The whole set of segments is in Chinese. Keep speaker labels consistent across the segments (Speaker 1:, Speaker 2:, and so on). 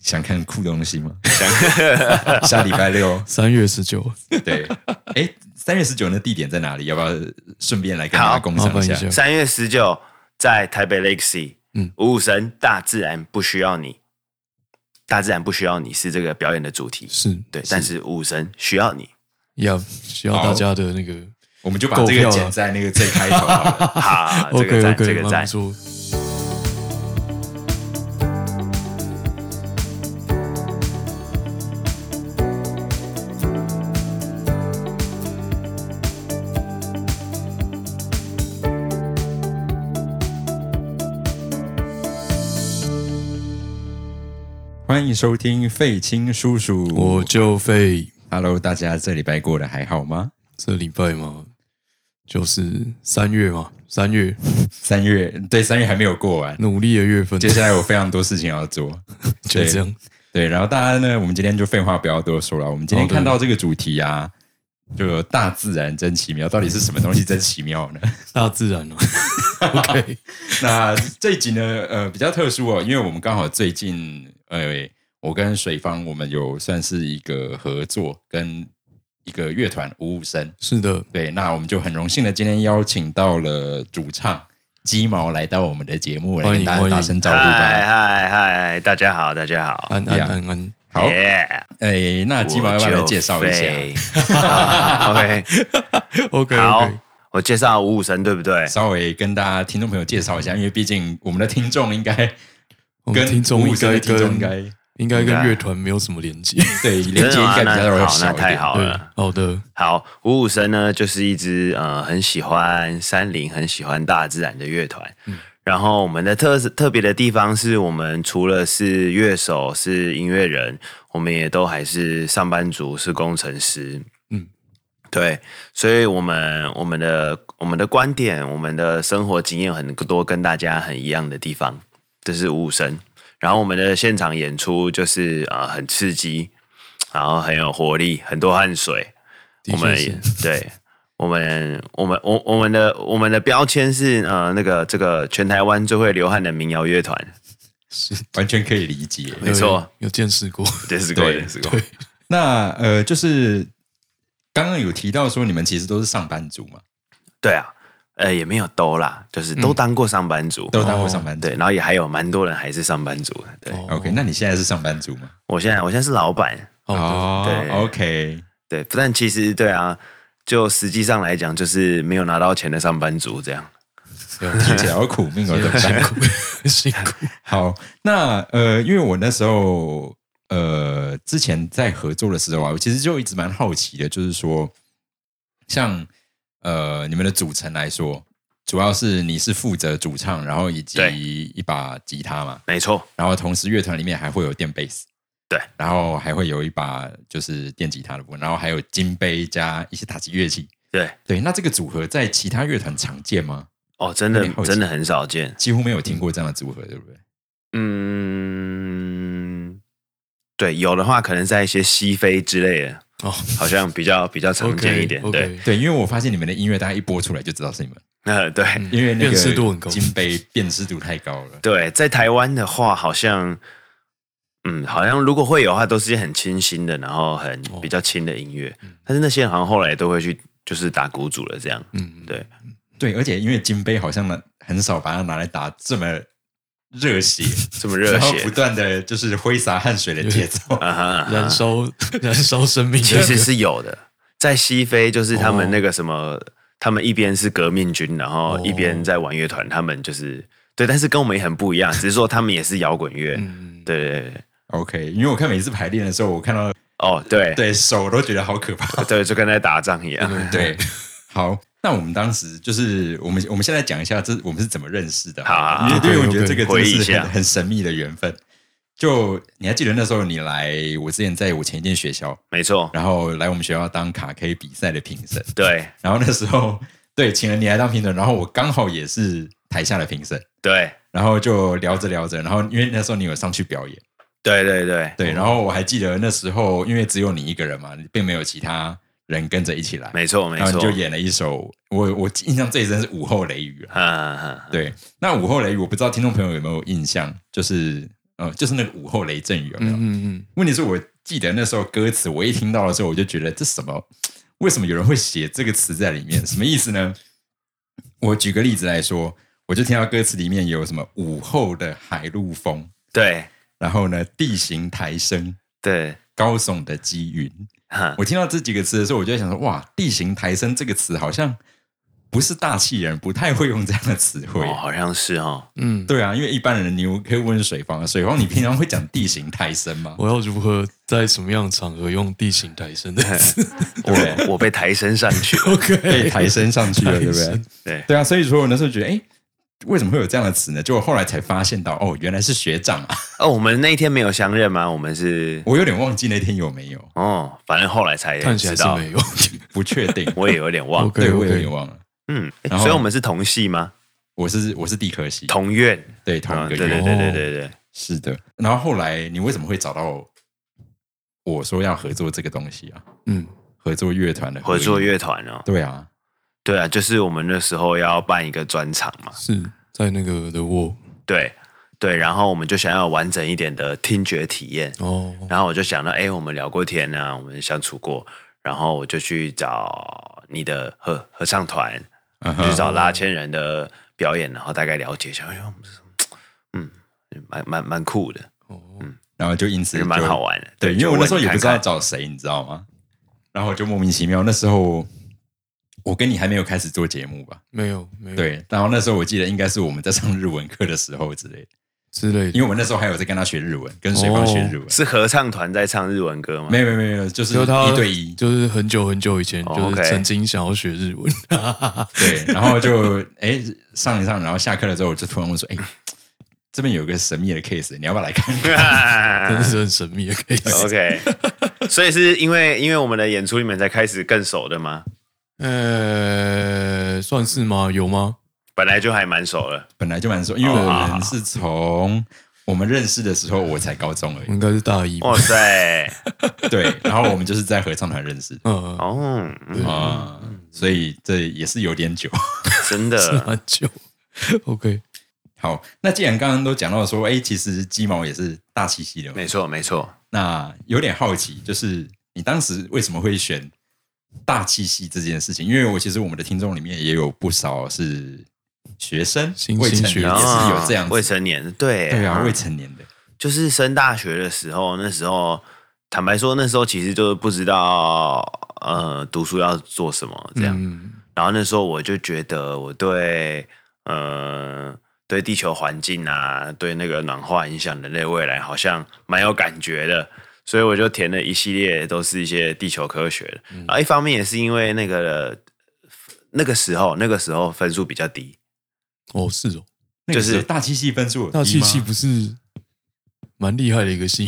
Speaker 1: 想看酷东西吗？想 下礼拜六，
Speaker 2: 三月十九，
Speaker 1: 对，哎，三月十九那地点在哪里？要不要顺便来跟大家
Speaker 3: 好
Speaker 1: 共享
Speaker 2: 麻烦
Speaker 1: 一
Speaker 2: 一
Speaker 1: 下？
Speaker 2: 下
Speaker 3: 三月十九在台北 Legacy，
Speaker 2: 嗯
Speaker 3: 嗯，五五神大自然不需要你，大自然不需要你是这个表演的主题，
Speaker 2: 是
Speaker 3: 对，但是五五神需要 你。
Speaker 2: 要需要大家的那个
Speaker 1: 我们就把这
Speaker 2: 购票
Speaker 1: 个
Speaker 2: 啊
Speaker 1: 剪在那个最开头好 了。
Speaker 3: 好，啊这
Speaker 2: OK
Speaker 3: 个赞，这
Speaker 2: OK，
Speaker 3: 个
Speaker 2: 蛮
Speaker 3: 赞
Speaker 2: 不。错。
Speaker 1: 欢迎收听费青叔叔，
Speaker 2: 我就费
Speaker 1: Hello，大家这礼拜过得还好吗？
Speaker 2: 这礼拜嘛，就是三月嘛，三月
Speaker 1: 三月对，三月还没有过完，
Speaker 2: 努力的月份，
Speaker 1: 接
Speaker 2: 就
Speaker 1: 下来有非常多事情要做。
Speaker 2: 这样。
Speaker 1: 对，然后大家呢，我们今天就废话不要多说了。我们今天
Speaker 2: 好的
Speaker 1: 看到这个主题啊，就有大自然真奇妙，到底是什么东西真奇妙呢？
Speaker 2: 大自然哦，OK，
Speaker 1: 那这一集呢，呃，比较特殊哦，因为我们刚好最近，呃，我跟水方我们有算是一个合作，跟一个乐团五五声。
Speaker 2: 是的，
Speaker 1: 对，那我们就很荣幸的今天邀请到了主唱鸡毛来到我们的节目，来
Speaker 2: 欢
Speaker 1: 跟
Speaker 2: 迎
Speaker 1: 大家
Speaker 2: 欢迎
Speaker 1: 打声招呼
Speaker 2: 哎
Speaker 3: 嗨
Speaker 1: 吧。哎
Speaker 3: 嗨嗨，大家好，大家好。
Speaker 2: 安安安安，
Speaker 1: 好，
Speaker 3: 耶，
Speaker 1: 哎，那鸡毛要不要来介绍一下？
Speaker 3: 下？OK，
Speaker 2: OK
Speaker 3: 好
Speaker 2: OK，，
Speaker 3: 我介绍五五神，对不对？
Speaker 1: 稍微跟大家听众朋友介绍一下，因为毕竟我们的听众应该
Speaker 2: 我们
Speaker 1: 跟
Speaker 2: 听众
Speaker 1: 五
Speaker 2: 应
Speaker 1: 五声的
Speaker 2: 该
Speaker 1: 听众应
Speaker 2: 跟
Speaker 1: 该
Speaker 2: 应该
Speaker 3: 应
Speaker 2: 跟
Speaker 3: 该
Speaker 2: 乐团没有什么连接。
Speaker 1: 对 连接
Speaker 3: 真的
Speaker 1: 应
Speaker 3: 吗
Speaker 1: 该比较
Speaker 3: 那
Speaker 1: 容易
Speaker 3: 好
Speaker 1: 少一
Speaker 3: 那太
Speaker 1: 点。
Speaker 3: 好
Speaker 2: 对
Speaker 3: 了。，
Speaker 2: 好的，
Speaker 3: 好，五五神呢，就是一支呃很喜欢山林、很喜欢大自然的乐团。然后我们的特特别的地方是我们除了是乐手、是音乐人，我们也都还是上班族、是工程师。
Speaker 2: 嗯
Speaker 3: 嗯，对，所以我们我们的我们的观点、我们的生活经验很多跟大家很一样的地方，这是五五神。然后我们的现场演出就是呃很刺激，然后很有活力，很多汗水。
Speaker 2: 的
Speaker 3: 我
Speaker 2: 确
Speaker 3: 们
Speaker 2: 是
Speaker 3: 也对，我们我们我我们的我们的标签是呃那个这个全台湾最会流汗的民谣乐团，
Speaker 1: 完全可以理解。
Speaker 3: 没错，
Speaker 2: 有有见识过，
Speaker 3: 这是过
Speaker 1: 对
Speaker 3: 这是过
Speaker 2: 对，
Speaker 1: 那呃，就是刚刚有提到说你们其实都是上班族嘛，
Speaker 3: 对啊，呃也没有都啦，就是都当过上班族，
Speaker 1: 嗯
Speaker 3: 哦
Speaker 1: 都当过上班族。
Speaker 3: 对，然后也还有蛮多人还是上班族的，对、
Speaker 2: 哦
Speaker 1: OK，那你现在是上班族吗？哦
Speaker 3: 我现在我现在是老板，
Speaker 2: 好的，
Speaker 3: 对
Speaker 1: OK，
Speaker 3: 对，不但其实对啊，就实际上来讲就是没有拿到钱的上班族这样。
Speaker 1: 听起来好苦命哦， 怎么办？
Speaker 2: 很辛苦，
Speaker 1: 好，那呃，因为我那时候呃，之前在合作的时候啊，我其实就一直蛮好奇的，就是说，像呃，你们的组成来说，主要是你是负责主唱，然后以
Speaker 3: 对
Speaker 1: 及一把吉他嘛，
Speaker 3: 没错，
Speaker 1: 然后同时乐团里面还会有电贝斯，
Speaker 3: 对，
Speaker 1: 然后还会有一把就是电吉他的部分，然后还有金杯加一些打击乐器。
Speaker 3: 对，
Speaker 1: 对，那这个组合在其他乐团常见吗？
Speaker 3: 哦，真
Speaker 1: 有
Speaker 3: 的
Speaker 1: 点好奇
Speaker 3: 真的很少见，
Speaker 1: 几乎没有听过这样的组合，对不对？
Speaker 3: 嗯，对，有的话可能在一些西非之类的，
Speaker 2: 哦，
Speaker 3: 好像比较比较常见一点。对，
Speaker 2: OK，
Speaker 1: 对，因为我发现你们的音乐大家一播出来就知道是你们。
Speaker 3: 呃，对、
Speaker 1: 因为那个
Speaker 2: 辨识度很高
Speaker 1: 金杯辨识度太高了。
Speaker 3: 对，在台湾的话，好像，嗯，好像如果会有的话，都是一些很清新的，然后很
Speaker 1: 哦
Speaker 3: 比较轻的音乐。
Speaker 1: 嗯
Speaker 3: 但是那些人好像后来都会去，就是打鼓组了这样。
Speaker 2: 嗯，
Speaker 3: 对，
Speaker 1: 对，而且因为金杯好像呢很少把它拿来打这么热血、
Speaker 3: 这么热
Speaker 1: 然后不
Speaker 3: 血，
Speaker 1: 断的就是挥洒汗水的节奏。
Speaker 3: 啊哈，啊哈
Speaker 2: 燃烧燃烧生命的，
Speaker 3: 其实是有的。在西非，就是他
Speaker 2: 哦
Speaker 3: 们那个什么，他们一边是革命军，然后一
Speaker 1: 哦
Speaker 3: 边在玩乐团，他们就是对，但是跟我们也很不一样，只是说他们也是摇滚乐。
Speaker 2: 嗯，
Speaker 3: 对对对，对
Speaker 1: OK，因为我看每次排练的时候，我看到
Speaker 3: 哦，对
Speaker 1: 对手都觉得好可怕。
Speaker 3: 对，就跟在打仗一样。
Speaker 1: 对， 好，那我们当时就是我们我们现在讲一下这我们是怎么认识的。
Speaker 3: 好好好
Speaker 1: 因为对，
Speaker 2: OK，OK，
Speaker 1: 我觉得这个
Speaker 3: 回忆
Speaker 1: 真的
Speaker 3: 一
Speaker 1: 是
Speaker 3: 下
Speaker 1: 很很神秘的缘分。就你还记得那时候你来，我之前在我前一间学校，
Speaker 3: 没错，
Speaker 1: 然后来我们学校当卡 K 比赛的评审。
Speaker 3: 对
Speaker 1: 然后那时候对请了你来当评审，然后我刚好也是台下的评审，
Speaker 3: 对
Speaker 1: 然后就聊着聊着，然后因为那时候你有上去表演，
Speaker 3: 对对对，
Speaker 1: 对，然后我还记得那时候因为只有你一个人嘛，并没有其他人跟着一起来，
Speaker 3: 没错没
Speaker 1: 然后
Speaker 3: 错
Speaker 1: 你就。演了一首我我印象最深是午后雷雨了。啊
Speaker 3: 嗯，嗯嗯
Speaker 1: 对，那午后雷雨我不知道听众朋友有没有印象，就是呃，就是那个午后雷阵雨有没有？
Speaker 2: 嗯嗯
Speaker 1: 问题是我记得那时候歌词，我一听到的时候，我就觉得这什么？为什么有人会写这个词在里面？什么意思呢？我举个例子来说，我就听到歌词里面有什么午后的海陆风，
Speaker 3: 对
Speaker 1: 然后呢地形抬升，
Speaker 3: 对，
Speaker 1: 高耸的积云。
Speaker 3: 哈，
Speaker 1: 我听到这几个词的时候，我就在想说，哇，地形抬升这个词好像不是大气人不太会用这样的词汇。
Speaker 3: 哦，好像是哦，
Speaker 2: 嗯，
Speaker 1: 对啊，因为一般人你可以问水方，水方你平常会讲地形抬升 吗？
Speaker 2: 我要如何在什么样的场合用地形抬升的词
Speaker 1: 对
Speaker 3: 我我被抬升上 去了，
Speaker 1: 被
Speaker 2: ？OK，
Speaker 1: 抬升上去了，对不
Speaker 2: 抬
Speaker 1: 对
Speaker 2: 升？
Speaker 3: 对
Speaker 1: 对啊，所以说我那时候觉得，哎，为什么会有这样的词呢？结果后来才发现到，哦，原来是学长啊！
Speaker 3: 哦，我们那一天没有相认吗？我们是
Speaker 1: 我有点忘记那天有没有，
Speaker 3: 哦，反正后来才
Speaker 2: 看起来
Speaker 3: 知
Speaker 2: 是
Speaker 3: 道，。
Speaker 2: 没有。
Speaker 1: 不确定
Speaker 3: 我也有点忘，
Speaker 2: OK
Speaker 1: 对，我也有点忘了。
Speaker 3: 嗯，诶
Speaker 1: 然后
Speaker 3: 所以我们是同系吗？
Speaker 1: 我是我是地科系，
Speaker 3: 同院，
Speaker 1: 对同
Speaker 3: 嗯，
Speaker 1: 一个
Speaker 3: 对
Speaker 1: 月
Speaker 3: 对对对对对，
Speaker 1: 是的。然后后来你为什么会找到我说要合作这个东西啊？
Speaker 2: 嗯，
Speaker 1: 合作乐团的
Speaker 3: 合作
Speaker 1: 音
Speaker 3: 乐团哦，
Speaker 1: 对啊，
Speaker 3: 对啊，就是我们那时候要办一个专场嘛，
Speaker 2: 是在那个 The Wall
Speaker 3: 对对，然后我们就想要完整一点的听觉体验，
Speaker 2: 哦，
Speaker 3: 然后我就想到，哎、我们聊过天啊，我们相处过，然后我就去找你的合合唱团，
Speaker 1: 嗯
Speaker 3: 就
Speaker 1: 哼
Speaker 3: 去找拉千人的表演，然后大概了解一下，哎呦，嗯，蛮蛮蛮酷的，
Speaker 1: 然后就因此
Speaker 3: 其实蛮
Speaker 1: 就
Speaker 3: 好玩的。
Speaker 1: 对，因为
Speaker 3: 就
Speaker 1: 我那时候
Speaker 3: 问你
Speaker 1: 也不
Speaker 3: 看
Speaker 1: 知道
Speaker 3: 看
Speaker 1: 找谁，你知道吗？然后我就莫名其妙，那时候我跟你还没有开始做节目吧？
Speaker 2: 没有
Speaker 3: 嗯
Speaker 2: 没有
Speaker 1: 对，然后那时候我记得应该是我们在上日文课的时候之类的，
Speaker 2: 之类
Speaker 1: 因为
Speaker 2: 的，
Speaker 1: 我那时候还有在跟他学日文，跟水方学日文。
Speaker 3: 哦是合唱团在唱日文歌吗？
Speaker 1: 没有没有没有，就是
Speaker 2: 就他
Speaker 1: 一对一，
Speaker 2: 就是很久很久以前，
Speaker 3: 哦
Speaker 2: 就是
Speaker 3: OK
Speaker 2: 曾经想要学日文，
Speaker 1: 对，然后就哎上一上，然后下课了之后，我就突然问说：“哎，这边有个神秘的 case，你要不要来看看
Speaker 2: 真的是很神秘的 case。
Speaker 3: OK，所以是因为因为我们的演出里面才开始更熟的吗？
Speaker 2: 呃，算是吗？有吗？
Speaker 3: 本来就还蛮熟了，？”
Speaker 1: 本来就蛮说，因为我们是从我们认识的时候我才高中而
Speaker 2: 我应该是大一吧。
Speaker 3: 哇塞，
Speaker 1: 已，对，然后我们就是在合唱团认识的
Speaker 2: 嗯，
Speaker 3: 哦，嗯
Speaker 1: 啊、所以这也是有点久。
Speaker 3: 真
Speaker 2: 是
Speaker 3: 的，
Speaker 2: 蛮久。OK，
Speaker 1: 好，那既然刚刚都讲到说，哎，其实鸡毛也是大气系的嘛，
Speaker 3: 没错没错。
Speaker 1: 那有点好奇，就是你当时为什么会选大气系这件事情？因为我其实我们的听众里面也有不少是学生
Speaker 2: 新，
Speaker 1: 未成
Speaker 2: 兴
Speaker 1: 年
Speaker 2: 学
Speaker 1: 也
Speaker 2: 子
Speaker 1: 是有这样
Speaker 3: 啊
Speaker 1: 子
Speaker 3: 未成年，对
Speaker 1: 对啊，
Speaker 3: 嗯
Speaker 1: 未成年的，
Speaker 3: 就是升大学的时候，那时候坦白说，那时候其实就是不知道呃读书要做什么这样。
Speaker 2: 嗯
Speaker 3: 然后那时候我就觉得我对呃对地球环境啊，对那个暖化影响人类未来好像蛮有感觉的，所以我就填了一系列都是一些地球科学的。
Speaker 1: 嗯
Speaker 3: 然后一方面也是因为那个那个时候那个时候分数比较低，
Speaker 2: 哦，是哦，
Speaker 1: 那个
Speaker 3: 就是
Speaker 1: 时候大气系分数有低
Speaker 2: 大气系
Speaker 1: 吗
Speaker 2: 不是蛮厉害的一个系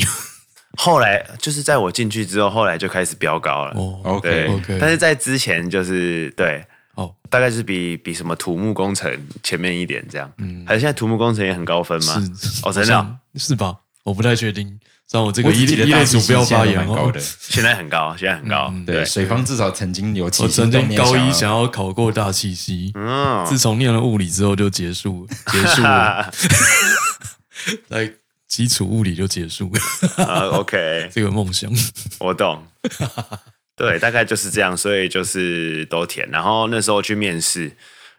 Speaker 3: 后来就是在我进去之后，后来就开始飙高了。
Speaker 2: 哦。
Speaker 3: 对
Speaker 1: OK，
Speaker 2: OK
Speaker 3: 但是在之前就是对，
Speaker 2: 好，
Speaker 3: 大概是比比什么土木工程前面一点这样，
Speaker 2: 嗯，
Speaker 3: 还是现在土木工程也很高分吗？
Speaker 2: 是
Speaker 3: 哦真的啊
Speaker 2: 是吧？我不太确定，让我这个
Speaker 1: 我只
Speaker 2: 一
Speaker 1: 记得
Speaker 2: 一
Speaker 1: 大
Speaker 2: 类
Speaker 1: 气
Speaker 2: 组
Speaker 1: 系
Speaker 2: 不要
Speaker 1: 现
Speaker 2: 发
Speaker 1: 在都
Speaker 2: 言
Speaker 1: 蛮高
Speaker 2: 哦
Speaker 1: 的。，
Speaker 3: 现在很高，现在很高，
Speaker 2: 嗯
Speaker 1: 对，
Speaker 3: 对，
Speaker 1: 水方至少曾经有起
Speaker 2: 我
Speaker 1: 心
Speaker 2: 曾
Speaker 1: 动
Speaker 2: 经
Speaker 1: 念
Speaker 2: 高一
Speaker 1: 想
Speaker 2: 想
Speaker 1: 要
Speaker 2: 要考过大气系，
Speaker 3: 嗯，
Speaker 2: 自从念了物理之后就结束，结束 了，
Speaker 3: 啊
Speaker 2: 在基础物理就结束了
Speaker 3: 啊，OK，
Speaker 2: 这个梦想。
Speaker 3: 我 懂，对，大概就是这样，所以就是都填。然后那时候去面试，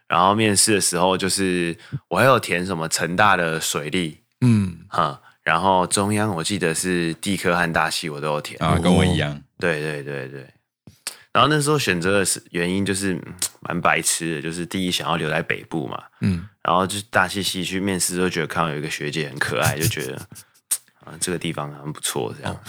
Speaker 3: 然后面试的时候就是我还有填什么成大的水利
Speaker 2: 嗯，
Speaker 3: 啊、然后中央我记得是地科和大气我都有填，
Speaker 1: 啊，跟我一样，
Speaker 3: 对对对对。然后那时候选择的是原因就是嗯蛮白痴的，就是第一想要留在北部嘛，
Speaker 2: 嗯，
Speaker 3: 然后就是大西西去面试，都觉得看到有一个学姐很可爱，就觉得啊这个地方很不错，这
Speaker 2: 哦
Speaker 3: 样，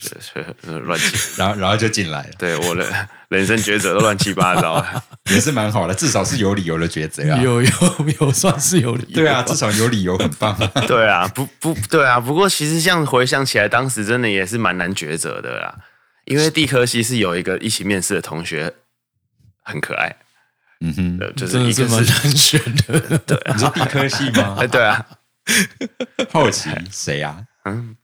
Speaker 3: 就是 乱七，
Speaker 1: 然后然后就进来了，
Speaker 3: 对我的人生抉择都乱七八糟了。
Speaker 1: 也是蛮好的，至少是有理由的抉择啊。
Speaker 2: 有有有，算是有理由
Speaker 1: 对啊，
Speaker 2: 吧
Speaker 1: 至少有理由，很棒。
Speaker 3: 对啊，不不对啊，不过其实这样回想起来，当时真的也是蛮难抉择的啦，因为地科系是有一个一起面试的同学很可爱，
Speaker 1: 嗯哼，
Speaker 3: 呃就是
Speaker 2: 真的
Speaker 3: 一
Speaker 2: 是
Speaker 3: 个
Speaker 2: 蛮
Speaker 3: 是
Speaker 2: 难选的。
Speaker 1: 你说地科系吗
Speaker 3: 哎？对啊，
Speaker 1: 好奇谁啊？
Speaker 3: 嗯，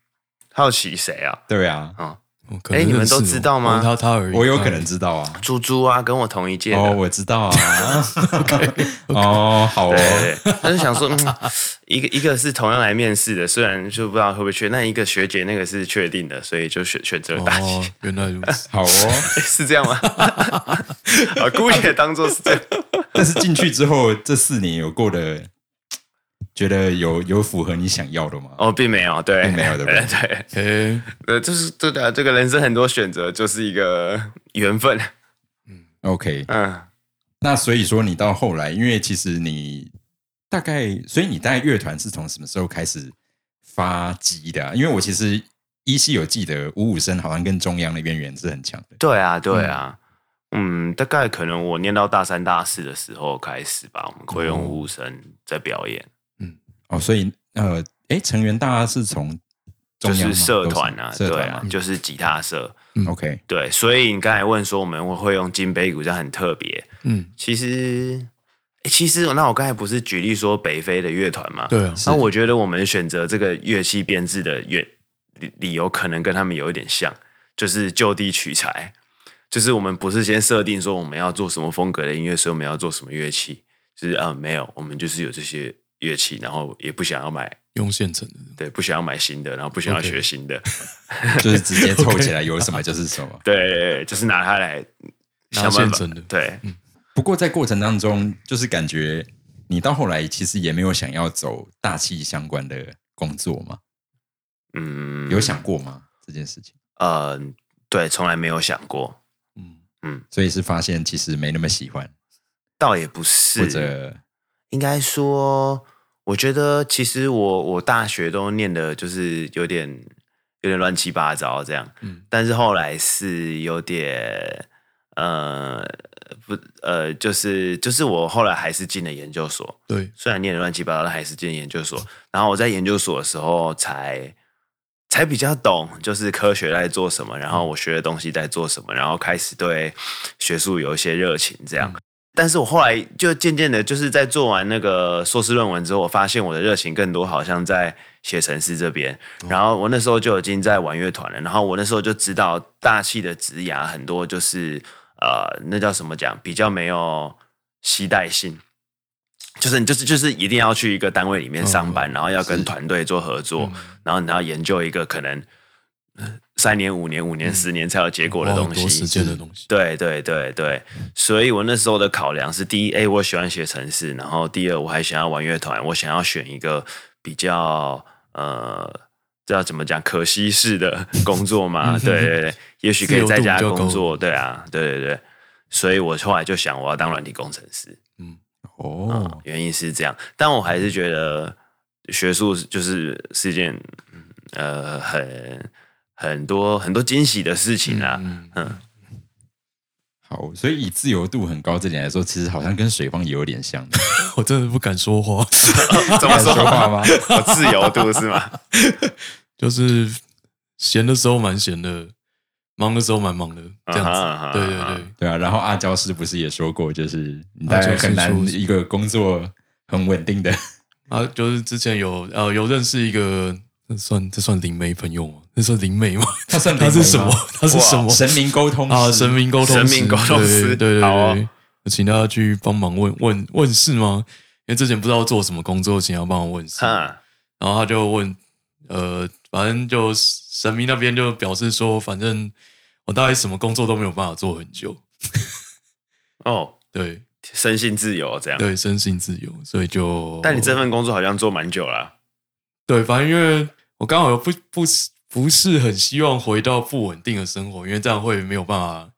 Speaker 3: 好奇谁啊？
Speaker 1: 对啊，
Speaker 3: 啊、
Speaker 2: 我可能
Speaker 3: 哎你们
Speaker 2: 认识
Speaker 3: 都知
Speaker 2: 我
Speaker 3: 道吗
Speaker 2: 我他他而已，
Speaker 1: 我有
Speaker 2: 他
Speaker 1: 可能知道啊。
Speaker 3: 猪猪啊，跟我同一届的。
Speaker 1: 哦，我知道啊。 哦，好哦，。
Speaker 3: 对，他就想说，嗯、一个一个是同样来面试的，虽然就不知道会不会去，那一个学姐那个是确定的，所以就选选择了大学，
Speaker 2: 哦，原来如此
Speaker 1: 好哦。
Speaker 3: 是这样 吗？啊，姑且当做是这样。
Speaker 1: 但是进去之后，这四年有过得，觉得有有符合你想要的吗？
Speaker 3: 哦，并没有，对，
Speaker 1: 并没有对不对
Speaker 3: 对，
Speaker 2: 哎，
Speaker 3: 呃，就是对的，这个人生很多选择就是一个缘分，
Speaker 1: OK，
Speaker 3: 嗯，
Speaker 1: 那所以说你到后来，因为其实你大概，所以你大概乐团是从什么时候开始发迹的啊、因为我其实依稀有记得五五声好像跟中央的渊源是很强的。
Speaker 3: 对啊，对啊。嗯，大概可能我念到大三、大四的时候开始吧，我们会用
Speaker 2: 哦
Speaker 3: 五五声在表演，
Speaker 1: 哦，所以呃，哎，成员大家是从
Speaker 3: 就
Speaker 1: 中央吗
Speaker 3: 是社团啊
Speaker 1: 都，是社
Speaker 3: 对
Speaker 1: 团
Speaker 3: 啊
Speaker 1: 嘛，嗯
Speaker 3: 就是吉他社，
Speaker 1: OK，
Speaker 3: 对，所以你刚才问说我们会会用金杯鼓，这样很特别。
Speaker 2: 嗯，
Speaker 3: 其实，诶其实那我刚才不是举例说北非的乐团嘛？。
Speaker 2: 对啊，
Speaker 3: 那我觉得我们选择这个乐器编制的原理理由，可能跟他们有一点像，就是就地取材。就是我们不是先设定说我们要做什么风格的音乐，所以我们要做什么乐器，就是啊、没有，我们就是有这些乐器，然后也不想要买，
Speaker 2: 用现成的，
Speaker 3: 对，不想要买新的，然后不想要
Speaker 2: OK
Speaker 3: 学新的。
Speaker 1: 就是直接凑起来有什么就是什么。
Speaker 3: 对，就是拿它来
Speaker 2: 拿
Speaker 3: 想办
Speaker 2: 现
Speaker 3: 法
Speaker 2: 成的
Speaker 3: 对，
Speaker 1: 不过在过程当中，就是感觉你到后来其实也没有想要走大气相关的工作嘛？
Speaker 3: 嗯，
Speaker 1: 有想过吗？这件事情？
Speaker 3: 呃，对，从来没有想过，
Speaker 2: 嗯，
Speaker 1: 所以是发现其实没那么喜欢，
Speaker 3: 倒也不
Speaker 1: 或
Speaker 3: 是，
Speaker 1: 者
Speaker 3: 应该说，我觉得其实我我大学都念的就是有点有点乱七八糟这样，
Speaker 2: 嗯
Speaker 3: 但是后来是有点呃不呃，就是就是我后来还是进了研究所，
Speaker 2: 对，
Speaker 3: 虽然念的乱七八糟，但还是进研究所。然后我在研究所的时候才才比较懂，就是科学在做什么，然后我学的东西在做什么，然后开始对学术有一些热情这样。但是我后来就渐渐的，就是在做完那个硕士论文之后，我发现我的热情更多好像在写程式这边。然后我那时候就已经在玩乐团了，然后我那时候就知道大气的职涯很多就是呃，那叫什么讲，比较没有期待性。就是你就是就是一定要去一个单位里面上班，然后要跟团队做合作，
Speaker 2: 嗯
Speaker 3: 然后你要研究一个可能呃三年、五年、五年、十年才有结果的
Speaker 2: 嗯花
Speaker 3: 东
Speaker 2: 很
Speaker 3: 西，
Speaker 2: 多时间的东西，
Speaker 3: 对对对对，所以我那时候的考量是：第一，哎，我喜欢写程式；然后第二，我还想要玩乐团，我想要选一个比较呃，这要怎么讲，可惜 式的工作嘛。对对对，也许可以在家
Speaker 2: 嗯自由度比较
Speaker 3: 工作。对啊，对对对，所以我后来就想，我要当软体工程师。
Speaker 1: 哦、
Speaker 3: 嗯原因是这样，但我还是觉得学术就是是一件嗯呃很很多很多惊喜的事情啊 啦。
Speaker 2: 嗯，
Speaker 1: 好，所以以自由度很高这点来说，其实好像跟水方也有点像的。
Speaker 2: 我真的不敢说话，
Speaker 3: 怎么说
Speaker 1: 说话吗？
Speaker 3: 我自由度是吗？
Speaker 2: 就是闲的时候蛮闲的，忙的时候蛮忙的，这样
Speaker 3: 啊哈啊哈
Speaker 2: 子，对
Speaker 3: 啊哈
Speaker 2: 对
Speaker 1: 对啊，然后阿娇师不是也说过，就是你大
Speaker 2: 阿
Speaker 1: 概
Speaker 2: 娇师
Speaker 1: 很难
Speaker 2: 说
Speaker 1: 一个工作很稳定的。
Speaker 2: 对，啊，就是之前有呃有认识一个，这算这算灵媒朋友吗？这算灵媒吗？
Speaker 1: 他算
Speaker 2: 他是什么
Speaker 1: 灵媒吗？
Speaker 2: 他是什么？
Speaker 1: 啊神明沟通
Speaker 2: 啊，
Speaker 1: 师
Speaker 2: 神明沟通师，
Speaker 3: 神明沟通师
Speaker 2: 对对对
Speaker 3: 好哦
Speaker 2: 对，我请大家去帮忙问问问事吗？因为之前不知道做什么工作，请他帮我问事，然
Speaker 3: 嗯
Speaker 2: 后他就问，呃，反正就神明那边就表示说，反正我大概什么工作都没有办法做很久，
Speaker 3: 哦，
Speaker 2: 对
Speaker 3: 身心自由这样。
Speaker 2: 对，身心自由，所以就
Speaker 3: 嗯但你这份工作好像做蛮久了啊、
Speaker 2: 对，反正因为我刚好不不不是很希望回到不稳定的生活，因为这样会没有办法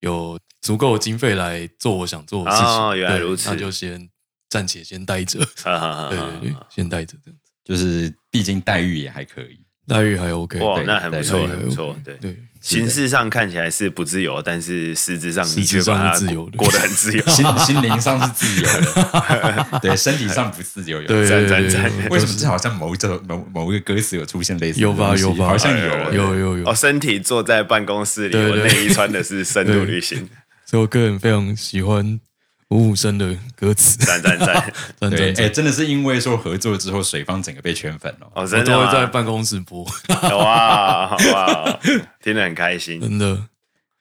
Speaker 2: 有足够的经费来做我想做的事情。
Speaker 3: 哦原来
Speaker 2: 对
Speaker 3: 如此啊
Speaker 2: 那就先暂且先待 着。
Speaker 3: 哈哈
Speaker 2: 对
Speaker 3: 哈
Speaker 2: 对对
Speaker 3: 哈，
Speaker 2: 先待着这样子，
Speaker 1: 就是毕竟待遇也还可以。
Speaker 2: 待遇还 OK。
Speaker 3: 哇，
Speaker 1: 对
Speaker 3: 那很不
Speaker 2: 待
Speaker 3: 错，
Speaker 2: 遇
Speaker 1: 对
Speaker 2: 还
Speaker 3: 很
Speaker 2: OK，
Speaker 3: 不错。对，
Speaker 2: 对，
Speaker 3: 形式上看起来是不自由，但是实质上你
Speaker 2: 实
Speaker 3: 却
Speaker 2: 质上
Speaker 3: 把它
Speaker 2: 是自由的
Speaker 3: 过得很 自由。
Speaker 1: 心心灵上是自由的，对，身体上不自由。有
Speaker 2: 对
Speaker 3: 赞
Speaker 2: 对对
Speaker 3: 赞
Speaker 2: 对，
Speaker 1: 为什么这好像某一首某某一个歌词有出现类似的
Speaker 2: 有吧
Speaker 1: 东 西
Speaker 2: 有吧
Speaker 1: 好像有
Speaker 2: 有有有
Speaker 3: 哦，，身体坐在办公室里，
Speaker 2: 对对
Speaker 3: 我内衣穿的是深度旅行。
Speaker 2: 所以我个人非常喜欢五五声的歌词，
Speaker 3: 赞赞赞！
Speaker 2: 真
Speaker 1: 对，
Speaker 2: 的
Speaker 1: 哎、真的是因为说合作之后，水方整个被圈粉哦。
Speaker 3: 哦，
Speaker 2: 我
Speaker 3: 真的
Speaker 2: 都会在
Speaker 3: 吗？
Speaker 2: 办公室播，
Speaker 3: 哇哇，听得很开心。
Speaker 2: 真的。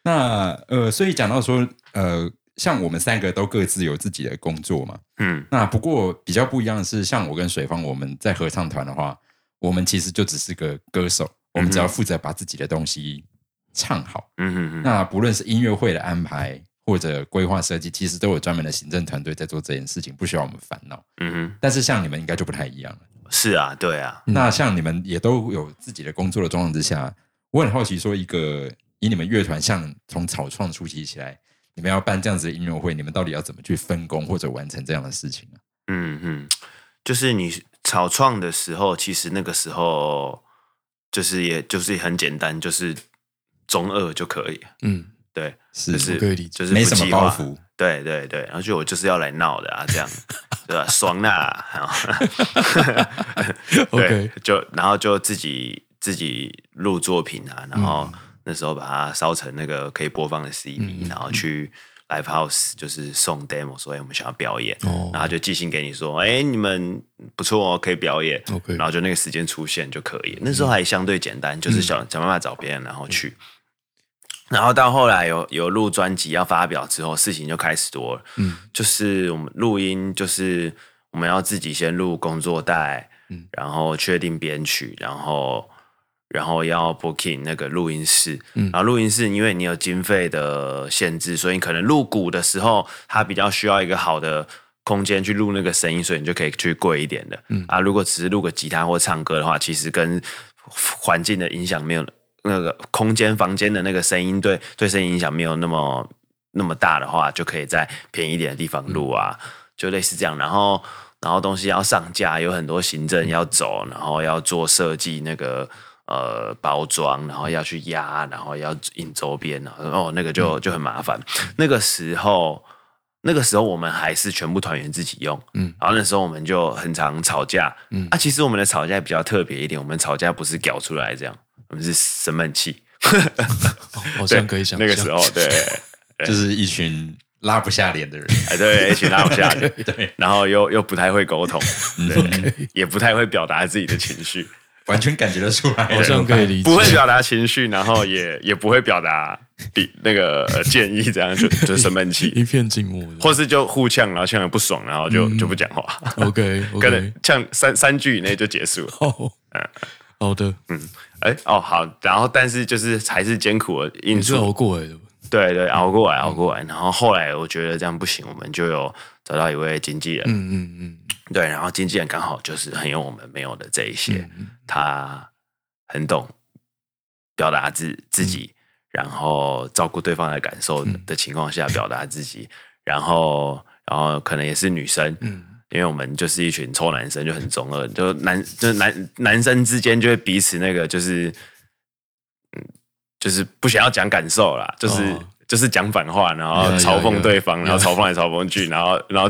Speaker 1: 那呃，所以讲到说，呃，像我们三个都各自有自己的工作嘛。
Speaker 3: 嗯，
Speaker 1: 那不过比较不一样的是，像我跟水方，我们在合唱团的话，我们其实就只是个歌手，我们只要负责把自己的东西唱好。
Speaker 3: 嗯哼哼，
Speaker 1: 那不论是音乐会的安排或者规划设计，其实都有专门的行政团队在做这件事情，不需要我们烦恼。
Speaker 3: 嗯哼，
Speaker 1: 但是像你们应该就不太一样了。
Speaker 3: 是啊，对啊，
Speaker 1: 那像你们也都有自己的工作的状况之下，我很好奇，说一个以你们乐团像从草创初期起来，你们要办这样子的音乐会，你们到底要怎么去分工或者完成这样的事情啊呢、
Speaker 3: 嗯嗯，就是你草创的时候，其实那个时候就是也就是很简单，就是中二就可以。
Speaker 2: 嗯，
Speaker 3: 对，
Speaker 1: 是
Speaker 3: 就是
Speaker 2: 可以理解
Speaker 3: 就是
Speaker 1: 没
Speaker 3: 不
Speaker 1: 什么
Speaker 3: 计
Speaker 1: 包
Speaker 3: 划
Speaker 1: 袱，
Speaker 3: 对对对，然后就我就是要来闹的啊，这样对吧？爽啦、啊，对
Speaker 2: OK
Speaker 3: 就然后就自己自己录作品啊，然后
Speaker 2: 嗯
Speaker 3: 那时候把它烧成那个可以播放的 CD，、然后去 live house 就是送 demo，所以我们想要表演，
Speaker 2: 哦
Speaker 3: 然后就寄信给你说，哎、你们不错哦，可以表演
Speaker 2: OK
Speaker 3: 然后就那个时间出现就可以。
Speaker 2: 嗯
Speaker 3: 那时候还相对简单，就是想、想办法找别人，然后去。然后到后来有有录专辑要发表之后，事情就开始多了。
Speaker 2: 嗯，
Speaker 3: 就是我们录音，就是我们要自己先录工作带，
Speaker 2: 嗯
Speaker 3: 然后确定编曲，然后然后要 booking 那个录音室，
Speaker 2: 嗯
Speaker 3: 然后录音室因为你有经费的限制，所以你可能录鼓的时候，它比较需要一个好的。空间去录那个声音，所以你就可以去贵一点的。嗯啊，如果只是录个吉他或唱歌的话，其实跟环境的影响没有那个空间房间的那个声音对对声音影响没有那么那么大的话，就可以在便宜一点的地方录啊，就类似这样。然后然后东西要上架，有很多行政要走，然后要做设计那个。呃，包装，然后要去压，然后要印周边，然后哦，那个就就很麻烦。那个时候，那个时候我们还是全部团员自己用，嗯，然后那时候我们就很常吵架，嗯，啊，其实我们的吵架比较特别一点，我们吵架不是屌出来这样，我们是生闷气，
Speaker 2: 好
Speaker 3: 对
Speaker 2: 像可以想
Speaker 3: 那个
Speaker 2: 象
Speaker 3: 时候， 对，
Speaker 1: 就是一群拉不下脸的人。
Speaker 3: 哎，对，一起拉 不下的，
Speaker 1: 对，
Speaker 3: 然后又又不太会沟通，
Speaker 1: 嗯
Speaker 3: 也不太会表达自己的情绪，
Speaker 1: 完全感觉得出来。
Speaker 2: 好像可以理解
Speaker 3: 不。会表达情绪，然后也也不会表达比那个、呃建议，这样就就生闷气，
Speaker 2: 一片静默的。
Speaker 3: 或是就互呛，然后呛得不爽，然后就、就不讲话，
Speaker 2: 嗯 OK
Speaker 3: 可能
Speaker 2: OK，
Speaker 3: 呛三三句以内就结束了。
Speaker 2: 好，
Speaker 3: 嗯
Speaker 2: 好的，
Speaker 3: 哎、哦好，然后但是就是还是艰苦的应
Speaker 2: 你是
Speaker 3: 出，
Speaker 2: 熬过来的吧，
Speaker 3: 对对，熬过来，熬过来。然后后来我觉得这样不行，我们就有找到一位经纪人，
Speaker 2: 嗯嗯
Speaker 3: 对，然后经纪人刚好就是很有我们没有的这一
Speaker 2: 嗯
Speaker 3: 些，他很懂表达自自
Speaker 2: 嗯
Speaker 3: 己，然后照顾对方的感受的的情况下表达自己，然后然后可能也是女生，嗯。因为我们就是一群臭男生，就很中二，就男就男男生之间就会彼此那个就是，嗯，嗯就是不想要讲感受啦，就是、
Speaker 2: 哦
Speaker 3: 就是讲反话，然后
Speaker 2: 有有
Speaker 3: 嘲讽
Speaker 2: 有
Speaker 3: 对方，然后嘲讽来嘲讽去，然后然后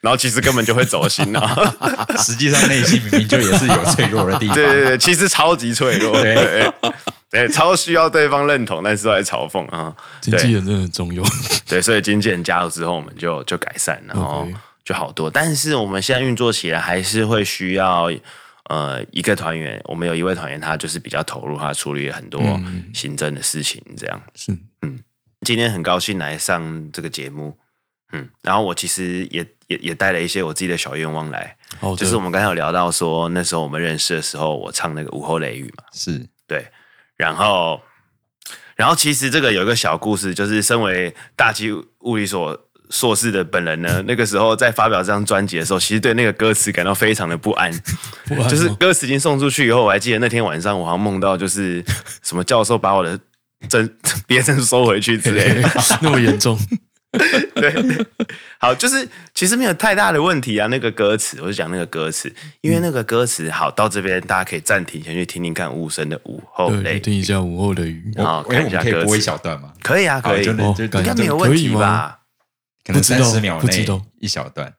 Speaker 3: 然后其实根本就会走心啊！
Speaker 1: 实际上内心明明就也是有脆弱的地方。
Speaker 3: 对对对，其实超级脆弱，
Speaker 1: 对
Speaker 3: 对 对，超需要对方认同，但是都在嘲讽
Speaker 2: 嗯，
Speaker 3: 啊。
Speaker 2: 经纪人真的很重要。
Speaker 3: 对，所以经纪人加入之后，我们就就改善，然后
Speaker 2: OK
Speaker 3: 就好多。但是我们现在运作起来还是会需要呃一个团员，我们有一位团员，他就是比较投入，他处理很多行政的事情，这样。
Speaker 2: 是，
Speaker 3: 今天很高兴来上这个节目，嗯，然后我其实也也也带了一些我自己的小愿望来，
Speaker 2: 好的
Speaker 3: 就是我们刚才有聊到说，那时候我们认识的时候，我唱那个《午后雷雨》嘛，
Speaker 1: 是
Speaker 3: 对，然后，然后其实这个有一个小故事，就是身为大气物理所硕士的本人呢，那个时候在发表这张专辑的时候，其实对那个歌词感到非常的不安，
Speaker 2: 不然
Speaker 3: 就是
Speaker 2: 吗
Speaker 3: 歌词已经送出去以后，我还记得那天晚上，我好像梦到就是什么教授把我的证毕业证收回去之类的。
Speaker 2: 那么严重，
Speaker 3: 对，好，就是其实没有太大的问题啊。那个歌词，我就讲那个歌词，
Speaker 2: 嗯
Speaker 3: 因为那个歌词好到这边，大家可以暂停先去听听看无声的午后
Speaker 2: 对，
Speaker 3: 泪
Speaker 2: 你，听一下午后的雨，
Speaker 1: 我
Speaker 3: 好
Speaker 1: 哎，
Speaker 3: 看
Speaker 1: 我
Speaker 3: 一下
Speaker 1: 们可以
Speaker 3: 歌
Speaker 1: 播一
Speaker 3: 词
Speaker 1: 小段吗？
Speaker 3: 可以啊，
Speaker 1: 好
Speaker 3: 可以，
Speaker 1: 就
Speaker 2: 哦
Speaker 1: 那就
Speaker 2: 感
Speaker 3: 应
Speaker 2: 觉
Speaker 3: 该没有问题
Speaker 2: 可以吗
Speaker 3: 吧？
Speaker 1: 可能
Speaker 2: 不知
Speaker 1: 三
Speaker 2: 道
Speaker 1: 十秒
Speaker 2: 不知
Speaker 1: 内
Speaker 2: 道
Speaker 1: 一小 段。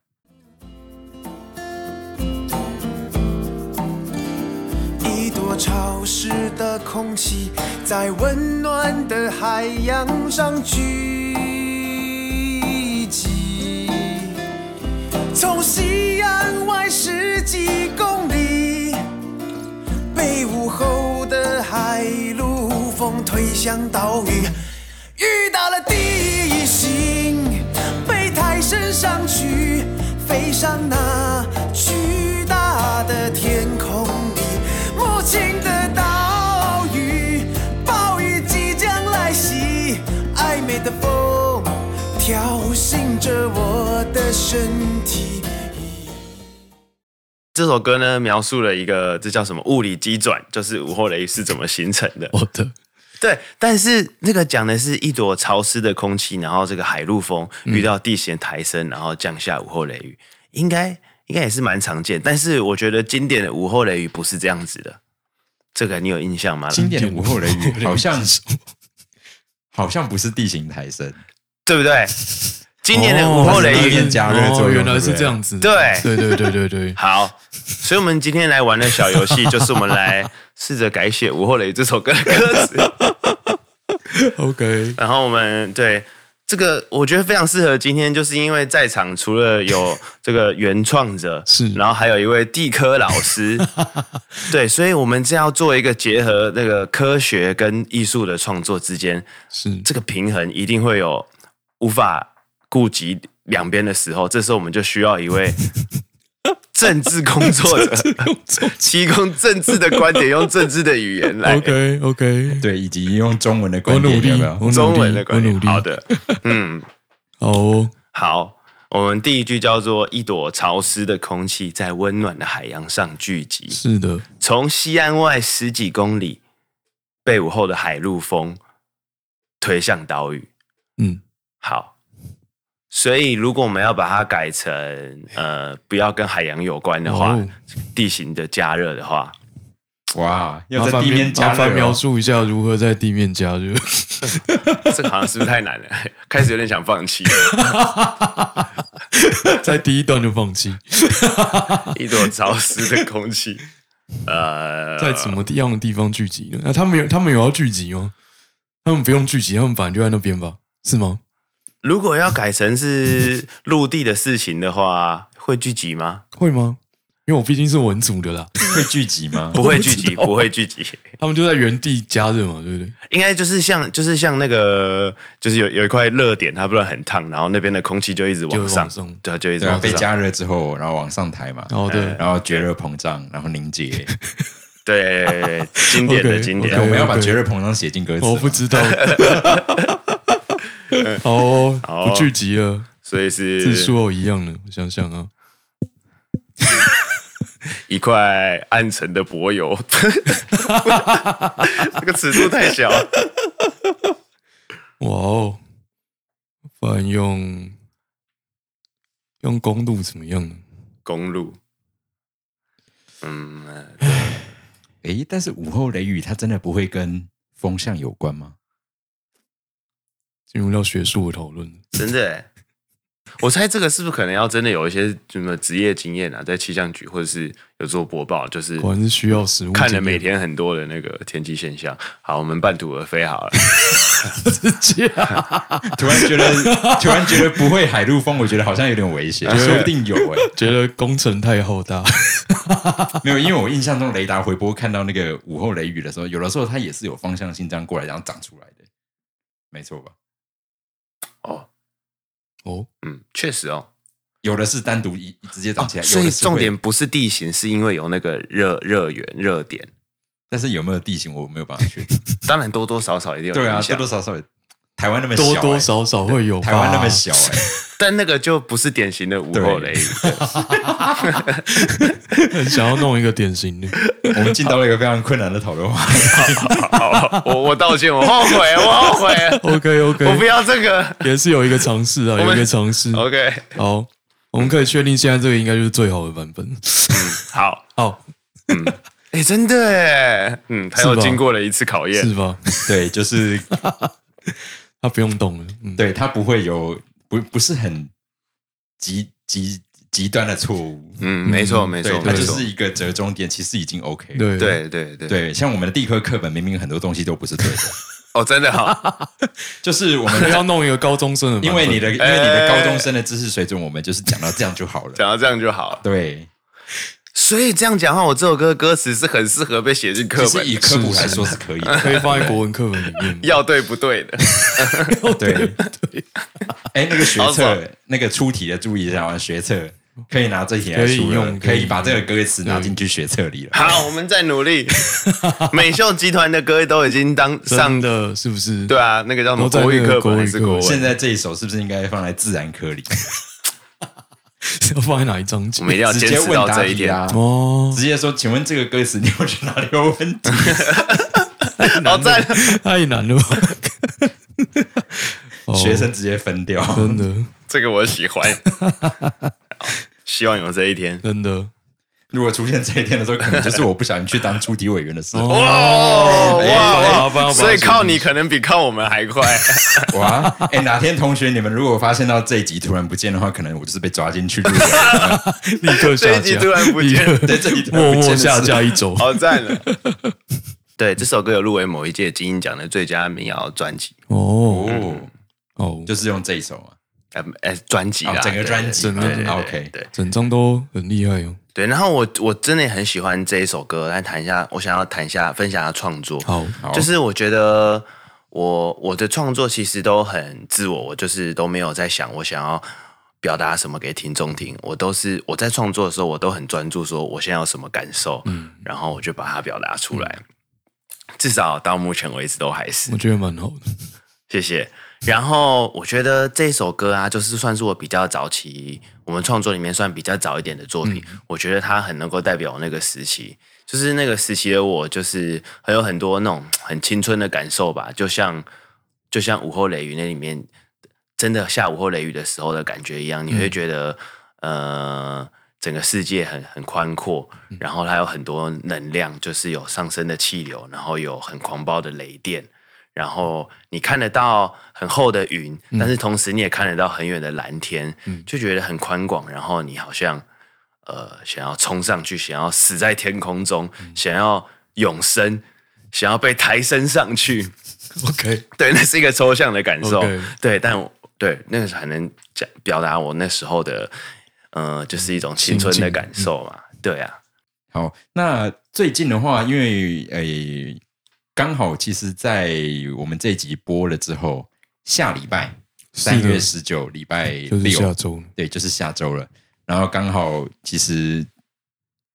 Speaker 4: 一朵潮湿的空气在温暖的海洋上聚集。从西岸外十几公里，被午后的海陆风推向岛屿，遇到了地形，被抬升上去，飞上那巨大的天空里，母亲的岛屿，暴雨即将来袭，暧昧的风挑衅着我的身体。
Speaker 3: 这首歌呢，描述了一个这叫什么物理机转，就是午后雷雨是怎么形成的。
Speaker 2: 我的
Speaker 3: 对，但是那个讲的是一朵潮湿的空气，然后这个海陆风
Speaker 2: 嗯
Speaker 3: 遇到地形抬升，然后降下午后雷雨，应该应该也是蛮常见。但是我觉得经典的午后雷雨不是这样子的，这个你有印象吗？
Speaker 1: 经典的午后 雷雨好像
Speaker 2: 是
Speaker 1: 好像不是地形抬升，
Speaker 3: 对不对？今年的午后雷
Speaker 1: 它是那
Speaker 3: 雨，
Speaker 1: 边加热作用
Speaker 2: 哦哦原来是这样子，
Speaker 3: 对
Speaker 2: 对对对对对，
Speaker 3: 好，所以我们今天来玩的小游戏就是我们来试着改写《午后雷雨》这首歌的歌词，
Speaker 2: OK，
Speaker 3: 然后我们对。这个我觉得非常适合今天，就是因为在场除了有这个原创者，
Speaker 2: 是
Speaker 3: 然后还有一位地科老师， 对，所以我们这要做一个结合那个科学跟艺术的创作之间，
Speaker 2: 是
Speaker 3: 这个平衡一定会有无法顾及两边的时候，这时候我们就需要 一位政治工作者，提供政治的观点，用政治的语言 来
Speaker 2: OK OK，
Speaker 1: 对，以及用中文的
Speaker 2: 我
Speaker 1: 观
Speaker 2: 努
Speaker 1: 点
Speaker 2: 力
Speaker 1: 有没，有？
Speaker 2: 我
Speaker 3: 中
Speaker 2: 努
Speaker 3: 文
Speaker 2: 力
Speaker 3: 的观点
Speaker 2: 我努。力，
Speaker 3: 好，的，嗯，
Speaker 2: 好哦，
Speaker 3: 好。我们第一句叫做“一朵潮湿的空气在温暖的海洋上聚集”，
Speaker 2: 是的，
Speaker 3: 从西安外十几公里，被午后的海陆风推向岛屿。
Speaker 2: 嗯，
Speaker 3: 好，所以如果我们要把它改成呃，不要跟海洋有关的话，
Speaker 2: 哎哦
Speaker 3: 地形的加热的话，
Speaker 1: 哇，要
Speaker 2: 麻
Speaker 1: 在
Speaker 2: 烦
Speaker 1: 地面
Speaker 2: 描
Speaker 1: 加
Speaker 2: 麻烦
Speaker 1: 热
Speaker 2: 描
Speaker 1: 哦，
Speaker 2: 述一下如何在地面加 热。
Speaker 3: 这个好像是不是太难了？ 开始有点想 放弃。
Speaker 2: 在第一段就放弃，
Speaker 3: 一朵潮湿的空气，呃，
Speaker 2: 在什么样的地方聚集呢？那、啊他们有他们有要聚集吗？他们不用聚集，他们本来就在那边吧？是吗？
Speaker 3: 如果要改成是陆地的事情的话，会聚 集吗？
Speaker 2: 会吗？因为我毕竟是文组的啦，
Speaker 1: 会聚集 吗？
Speaker 3: 不会聚集，不会聚集。
Speaker 2: 他们就在原地加热嘛，对不对？
Speaker 3: 应该就是像，就是像那个，就是有有一块热点，它不然很烫，然后那边的空气就一直
Speaker 2: 就
Speaker 3: 往
Speaker 2: 往
Speaker 3: 上，
Speaker 2: 上
Speaker 3: 对，就一直
Speaker 1: 对啊，
Speaker 3: 往
Speaker 1: 被
Speaker 3: 上，
Speaker 1: 加热之后，然后往上抬嘛，
Speaker 2: 哦，对，
Speaker 1: 然后绝热膨胀，然后凝结。
Speaker 3: 对，经典的
Speaker 2: OK，
Speaker 3: 经典
Speaker 1: 对，我们要把
Speaker 2: OK
Speaker 1: 绝热膨胀写进歌词吗。
Speaker 2: 我不 知道。好哦，
Speaker 3: 好
Speaker 2: 不聚集了，
Speaker 3: 所以是
Speaker 2: 字数哦一样的，我想想啊，
Speaker 3: 一块暗沉的柏油， 这个尺度太小，
Speaker 2: 哇哦，不然用用公路怎么样呢？
Speaker 3: 公路，嗯，
Speaker 1: 诶，但是午后雷雨它真的不会跟风向有关吗？
Speaker 2: 进入到学术的讨论了，
Speaker 3: 真的欸，我猜这个是不是可能要真的有一些什么职业经验啊，在气象局或者是有做播报，就是
Speaker 2: 果然是需要实物
Speaker 3: 看
Speaker 2: 经验
Speaker 3: 了每 天很多的那个天气现象。好，我们半途而废 好了。
Speaker 2: 直接啊
Speaker 1: 突然觉得，突然觉得不会海陆风，我觉得好像有点危险，说不定有诶。
Speaker 2: 觉得工程太浩大，
Speaker 1: 没有，因为我印象中雷达回波看到那个午后雷雨的时候，有的时候它也是有方向性这样过来，然后长出来的，没错吧？
Speaker 3: 哦，
Speaker 2: 哦，
Speaker 3: 嗯，确实哦。
Speaker 1: 有的是单独一直接长起来，有
Speaker 3: 所以
Speaker 1: 的是会
Speaker 3: 重点，不是地形，是因为有那个热热源热点，
Speaker 1: 但是有没有地形我没有办法确定。
Speaker 3: 当然多多少少一定有
Speaker 1: 对啊，多
Speaker 3: 影响，
Speaker 1: 多少少，台湾那么小、
Speaker 2: 多
Speaker 1: 欸，
Speaker 2: 多少少会有吧。
Speaker 1: 台湾那么小、欸，
Speaker 3: 但那个就不是典型的午后雷雨。
Speaker 2: 很想要弄一个典型的，
Speaker 1: 我们进到了一个非常困难的讨论话题。
Speaker 3: 好，我 我道歉，我后悔，我后悔，
Speaker 2: OK
Speaker 3: 我不
Speaker 2: OK，
Speaker 3: 要这个。
Speaker 2: 也是有一个尝试啊，
Speaker 3: 们
Speaker 2: 有一个尝试。
Speaker 3: OK，
Speaker 2: 好，我们可以确定现在这个应该就是最好的版本。
Speaker 3: 好，
Speaker 2: 好，
Speaker 3: 嗯，哎、真的哎，嗯，他
Speaker 2: 是
Speaker 3: 又
Speaker 2: 吧
Speaker 3: 经过了一次考验
Speaker 2: 是，吧？
Speaker 1: 对，就是
Speaker 2: 他不用动了，嗯，
Speaker 1: 对它不会有不不是很极极极端的错误，
Speaker 3: 嗯，没错，没
Speaker 1: 对
Speaker 3: 错，，
Speaker 1: 它
Speaker 3: 没
Speaker 1: 就
Speaker 3: 错
Speaker 1: 是，一个折中点，其实已经 OK 了。
Speaker 2: 对，
Speaker 3: 对对对
Speaker 1: 对，像我们的地科课本明明很多东西都不是对的，
Speaker 3: 哦，真的好，
Speaker 1: 就是我们
Speaker 2: 我们要弄一个高中生的版本，
Speaker 1: 因为你的因为你的
Speaker 3: 哎
Speaker 1: 高中生的知识水准，我们就是讲到这样就好了。
Speaker 3: 讲到这样就好了。
Speaker 1: 对，
Speaker 3: 所以这样讲的话，我这首歌歌词是很适合被写进课
Speaker 1: 其
Speaker 3: 本
Speaker 1: 实以
Speaker 3: 的，。
Speaker 1: 科普来说是可以的。
Speaker 2: 可以放在国文课本里面
Speaker 3: 要对不对的。
Speaker 1: 对，哎，那个学
Speaker 3: 好爽
Speaker 1: 测那个出题的注意一下啊，学测可以拿这题来
Speaker 2: 可以
Speaker 1: 出了
Speaker 2: 用
Speaker 1: 可
Speaker 2: 可以
Speaker 1: 以把这个歌词拿进去学测里了。
Speaker 3: 好，我们再努力。美秀集团的歌都已经当上
Speaker 2: 上，的是不是？
Speaker 3: 对啊，那个叫什么
Speaker 2: 都在那
Speaker 3: 国
Speaker 2: 个
Speaker 3: 语课本还是国
Speaker 2: 国语课本
Speaker 3: 文？
Speaker 1: 现在这一首是不是应该放在自然科里？
Speaker 2: 要放在哪一章节
Speaker 3: 我？们一定要
Speaker 1: 直
Speaker 3: 啊坚
Speaker 1: 接
Speaker 3: 持
Speaker 1: 问
Speaker 3: 到
Speaker 1: 答
Speaker 3: 这一
Speaker 1: 题
Speaker 3: 天。
Speaker 1: 啊！
Speaker 2: 哦，
Speaker 1: 直接说，请问这个歌词你有觉得哪里有问题？
Speaker 3: 好哦赞！
Speaker 2: 太难了吧？哦
Speaker 1: 学生直接分掉。
Speaker 2: 真的
Speaker 3: 这个我 喜欢。好希望有这一天。
Speaker 2: 真的
Speaker 1: 如果出现这一天的时候，可能就是我不小心去当出题委员的时候。
Speaker 3: 哦
Speaker 1: 哎
Speaker 2: 帮
Speaker 3: 哇哇！
Speaker 2: 帮
Speaker 3: 所以靠你可能比靠我们 还快。
Speaker 1: 哇！哎，哪天同学你们如果发现到这一集突然不见的话，可能我就是被抓进去录 的。
Speaker 2: 立刻
Speaker 3: 这
Speaker 2: 下
Speaker 3: 一集
Speaker 2: 架，
Speaker 3: 突然不见
Speaker 1: 对，这一集突然
Speaker 2: 默
Speaker 1: 不见的
Speaker 2: 默
Speaker 1: 时候
Speaker 2: 下架一周。
Speaker 3: 好赞 了。对，这首歌有入围某一届金鹰奖的最佳民谣专辑，
Speaker 2: 哦
Speaker 1: 哦，
Speaker 2: 哦，
Speaker 1: 就是用这一首啊嘛。
Speaker 3: 呃，呃专辑
Speaker 1: 哦
Speaker 3: 啦，
Speaker 1: 整个
Speaker 3: 对
Speaker 1: 专辑
Speaker 3: 对
Speaker 1: 嘛
Speaker 3: 对对对
Speaker 1: OK
Speaker 3: 对
Speaker 2: 整张都很厉害哦。
Speaker 3: 对。然后我我真的很喜欢这一首歌，来谈一下，我想要谈一下分享一下创作。
Speaker 2: 好，
Speaker 1: 好
Speaker 3: 就是我觉得我我的创作其实都很自我，我就是都没有在想我想要表达什么给听众听，我都是我在创作的时候，我都很专注，说我现在有什么感受，然后我就把它表达出来。至少到目前为止都还是
Speaker 2: 我觉得蛮好的。
Speaker 3: 谢谢。然后我觉得这首歌啊，就是算是我比较早期我们创作里面算比较早一点的作品，我觉得它很能够代表我那个时期，就是那个时期的我，就是很有很多那种很青春的感受吧，就像就像午后雷雨那里面真的下午后雷雨的时候的感觉一样，你会觉得、呃。整个世界很很宽阔，然后它有很多能量，就是有上升的气流，然后有很狂暴的雷电，然后你看得到很厚的云，
Speaker 2: 嗯
Speaker 3: 但是同时你也看得到很远的蓝天，就觉得很宽广。然后你好像呃想要冲上去，想要死在天空中，
Speaker 2: 嗯
Speaker 3: 想要永生，想要被抬升上去。
Speaker 2: OK，
Speaker 3: 对，那是一个抽象的感受。
Speaker 2: OK
Speaker 3: 对，但我对那个才能讲表达我那时候的呃，就是一种青春
Speaker 2: 心
Speaker 3: 的
Speaker 2: 境嗯
Speaker 3: 感受嘛。对啊，
Speaker 1: 好，那最近的话，因为诶、刚好其实，在我们这一集播了之后，下礼拜
Speaker 2: 是的
Speaker 1: 三月十九，礼拜
Speaker 2: 就是下
Speaker 1: 六，
Speaker 2: 周
Speaker 1: 对，就是下周了。然后刚好其实，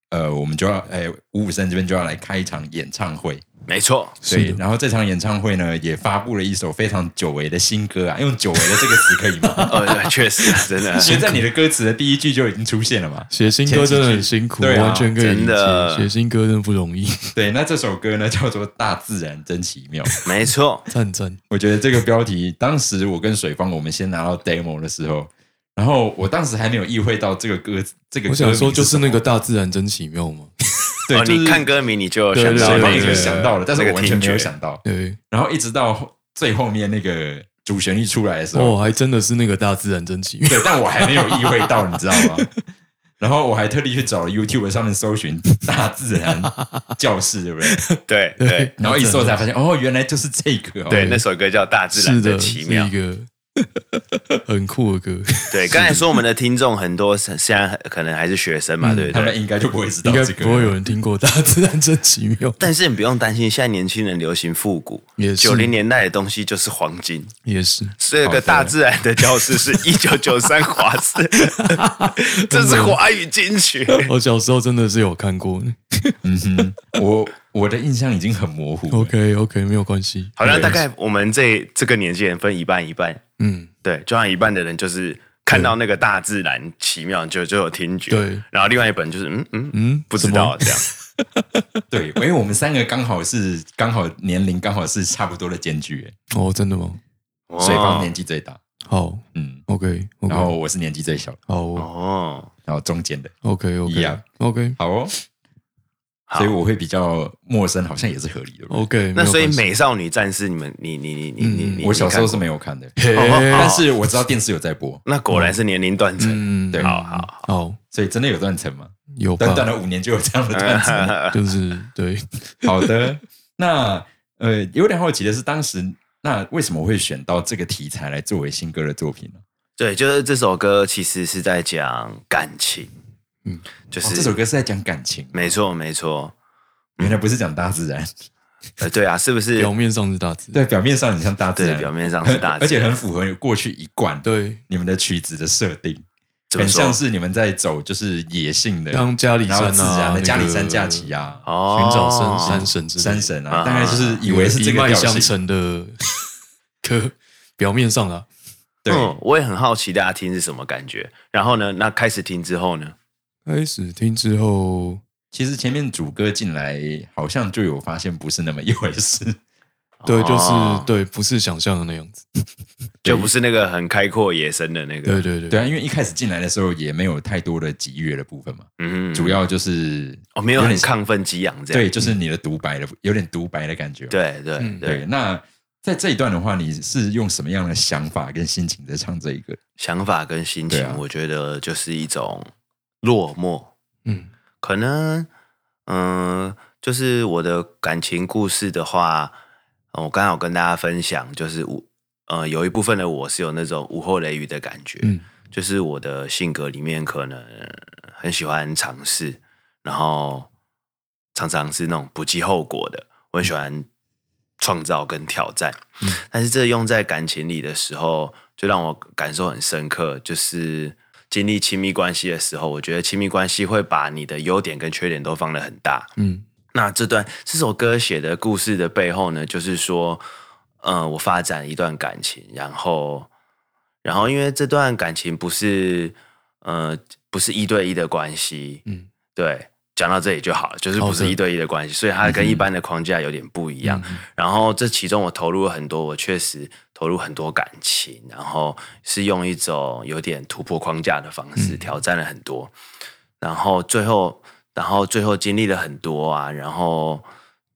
Speaker 1: 呃，我们就要诶，五五三这边就要来开一场演唱会，
Speaker 3: 没错，
Speaker 2: 是
Speaker 1: 对。
Speaker 2: 的，
Speaker 1: 然后这场演唱会呢，也发布了一首非常久违的新歌啊，用“久违”的这个词可以吗？
Speaker 3: 呃，对确实真的啊
Speaker 1: 其实在你的歌词的第一句就已经出现了嘛。
Speaker 2: 写新歌真的很辛苦，
Speaker 1: 对啊
Speaker 2: 完全可以理解。
Speaker 3: 真的
Speaker 2: 写新歌真的不容易，
Speaker 1: 对，那这首歌呢叫做《大自然真奇妙》。
Speaker 3: 没错。
Speaker 2: 赞赞。
Speaker 1: 我觉得这个标题，当时我跟水方我们先拿到 demo 的时候，然后我当时还没有意会到这个歌，这个
Speaker 2: 我
Speaker 1: 歌
Speaker 2: 想说，就是那
Speaker 1: 名
Speaker 2: 个大自然真奇妙嘛。
Speaker 1: 对
Speaker 3: 哦，
Speaker 1: 就是
Speaker 3: 你看歌名你就
Speaker 2: 对
Speaker 3: 想
Speaker 2: 对
Speaker 1: 是什么，
Speaker 3: 到
Speaker 1: 水
Speaker 3: 那
Speaker 1: 方已
Speaker 3: 个
Speaker 1: 经想到了，但是
Speaker 3: 那
Speaker 1: 我
Speaker 3: 个
Speaker 1: 完全
Speaker 3: 听
Speaker 1: 没有
Speaker 3: 觉
Speaker 1: 想到。
Speaker 2: 对，
Speaker 1: 然后一直到后最后面那个主旋律出来的时
Speaker 3: 啊
Speaker 1: 候，
Speaker 2: 哦，还真的是那个大自然真奇妙。
Speaker 1: 对，但我还没有意会到，你知道 吗？然后我还特地去找了 YouTube 上面搜寻“大自然教室”，对不 对？
Speaker 3: 对对。
Speaker 1: 然后一搜才发现，哦，原来就是这个、哦。
Speaker 3: 对，那首歌叫《大自
Speaker 2: 是
Speaker 3: 然
Speaker 2: 的，
Speaker 3: 的
Speaker 2: 是
Speaker 3: 奇妙
Speaker 2: 一》。个 很酷的歌，
Speaker 3: 对，刚才说我们的听众很多是现在可能还是学生
Speaker 2: 嗯
Speaker 3: 嘛，对不
Speaker 1: 他们
Speaker 3: 对？
Speaker 1: 应该就不会知道
Speaker 2: 应该
Speaker 1: 这个，
Speaker 2: 不会有人听过《大自然真奇妙》，
Speaker 3: 但是你不用担心，现在年轻人流行复古，
Speaker 2: 也是
Speaker 3: 九零年代的东西就是黄金。
Speaker 2: 也是
Speaker 3: 这个大自然的教室 是一九九三华氏，这是华语金曲。
Speaker 2: 我小时候真的是有看过。
Speaker 1: 嗯哼，我我的印象已经很模糊了。
Speaker 2: OK OK，没有关系。
Speaker 3: 好像大概我们这这个年纪人分一半一半，
Speaker 2: 嗯，
Speaker 3: 对，就像一半的人就是看到那个大自然奇妙就就有听觉，
Speaker 2: 对
Speaker 3: 然后另外一本就是嗯嗯
Speaker 2: 嗯
Speaker 3: 嗯，不知道这样，
Speaker 1: 对，因为我们三个刚好是刚好年龄刚好是差不多的间距，
Speaker 2: 哦，真的吗？
Speaker 3: 哦
Speaker 1: 水方年纪最大，
Speaker 2: 好
Speaker 1: 嗯，
Speaker 2: ，OK
Speaker 1: 然
Speaker 2: OK，
Speaker 1: 后我是年纪最小，
Speaker 2: 好
Speaker 3: 哦，
Speaker 1: 然后中间的，
Speaker 2: ，OK
Speaker 1: 哦一
Speaker 2: OK
Speaker 1: 样
Speaker 2: OK
Speaker 1: 好哦，
Speaker 3: 好哦
Speaker 1: 所以我会比较陌生，好像也是合理的。
Speaker 2: OK，
Speaker 3: 那所以《美少女战士》，你们，你你你你你
Speaker 2: 嗯
Speaker 3: 你，
Speaker 1: 我小时候是
Speaker 3: 你看过
Speaker 1: 没有看的，但
Speaker 2: 嘿，
Speaker 1: 是我知道电视有在播，
Speaker 3: 那果然是年龄断层。
Speaker 2: 嗯，
Speaker 1: 对
Speaker 3: 好好，
Speaker 2: 好
Speaker 1: 所以真的有断层吗？
Speaker 2: 有吧
Speaker 1: 短？短的五年就有这样的断层。
Speaker 3: 嗯
Speaker 2: 就是对，
Speaker 1: 好的，那呃，有点好奇的是，当时那为什么会选到这个题材来作为新歌的作品呢？
Speaker 3: 对，就是这首歌其实是在讲感情，嗯
Speaker 2: 嗯，
Speaker 3: 就
Speaker 1: 哦
Speaker 3: 是、
Speaker 1: 这首歌是在讲感情，
Speaker 3: 没错没错，
Speaker 1: 原来不是讲大自然。
Speaker 3: 呃，对啊，是不是
Speaker 2: 表？面上是大字，
Speaker 1: 对，表面上很像大自
Speaker 3: 对，
Speaker 1: 然，
Speaker 3: 表面上是 大
Speaker 1: 而且
Speaker 3: 自然
Speaker 1: 很符合过去一贯
Speaker 2: 对，
Speaker 1: 你们的曲子的设定，
Speaker 3: 怎么
Speaker 1: 很
Speaker 3: 说
Speaker 1: 像是你们在走就是野性的，
Speaker 2: 当家里
Speaker 1: 然后
Speaker 2: 山
Speaker 1: 自然
Speaker 2: 啊，那
Speaker 1: 的
Speaker 2: 个
Speaker 1: 嘉里山假期啊，
Speaker 3: 哦，
Speaker 2: 寻找山山神之类
Speaker 1: 山，
Speaker 2: 的
Speaker 1: 神
Speaker 3: 啊
Speaker 1: 啊，大概就是以为是这
Speaker 2: 一
Speaker 1: 个
Speaker 2: 脉
Speaker 1: 调
Speaker 2: 相
Speaker 1: 性。
Speaker 2: 承的歌，表面上啊，
Speaker 1: 对，
Speaker 3: 嗯，我也很好奇大家听是什么感觉。然后呢，那开始听之后呢，
Speaker 2: 开始听之后，
Speaker 1: 其实前面主歌进来好像就有发现不是那么一回事，
Speaker 2: 对，就是
Speaker 3: 哦
Speaker 2: 对，不是想象的那样子，
Speaker 3: 就不是那个很开阔野生的那个，
Speaker 2: 对对对
Speaker 1: 对啊，因为一开始进来的时候也没有太多的集乐的部分嘛，
Speaker 3: 嗯
Speaker 1: 主要就是
Speaker 3: 哦没有很
Speaker 1: 点像
Speaker 3: 亢奋激昂这
Speaker 1: 对，
Speaker 3: 样，
Speaker 1: 就是你的独白的有点独白的感觉，
Speaker 3: 对对对
Speaker 2: 嗯
Speaker 1: 对。那在这一段的话，你是用什么样的想法跟心情在唱这一个？
Speaker 3: 想法跟心
Speaker 1: 对
Speaker 3: 情，
Speaker 1: 啊
Speaker 3: 我觉得就是一种落寞，
Speaker 2: 嗯，
Speaker 3: 可能，嗯、就是我的感情故事的话，呃我刚好跟大家分享，就是午，呃，有一部分的我是有那种午后雷雨的感觉，
Speaker 2: 嗯
Speaker 3: 就是我的性格里面可能很喜欢尝试，然后常常是那种不计后果的，我很喜欢创造跟挑战，但是这用在感情里的时候，就让我感受很深刻，就是经历亲密关系的时候，我觉得亲密关系会把你的优点跟缺点都放得很大。
Speaker 2: 嗯
Speaker 3: 那这段这首歌写的故事的背后呢，就是说，嗯，我发展一段感情，然后，然后因为这段感情不是，呃，不是一对一的关系，
Speaker 2: 嗯
Speaker 3: 对，讲到这里就好了，就是不
Speaker 2: 好
Speaker 3: 是
Speaker 2: 的
Speaker 3: 一对一的关系，所以它跟一般的框架有点不一样。然后这其中我投入了很多，我确实投入很多感情，然后是用一种有点突破框架的方式挑战了很多，然后最后，然后最后经历了很多啊，然后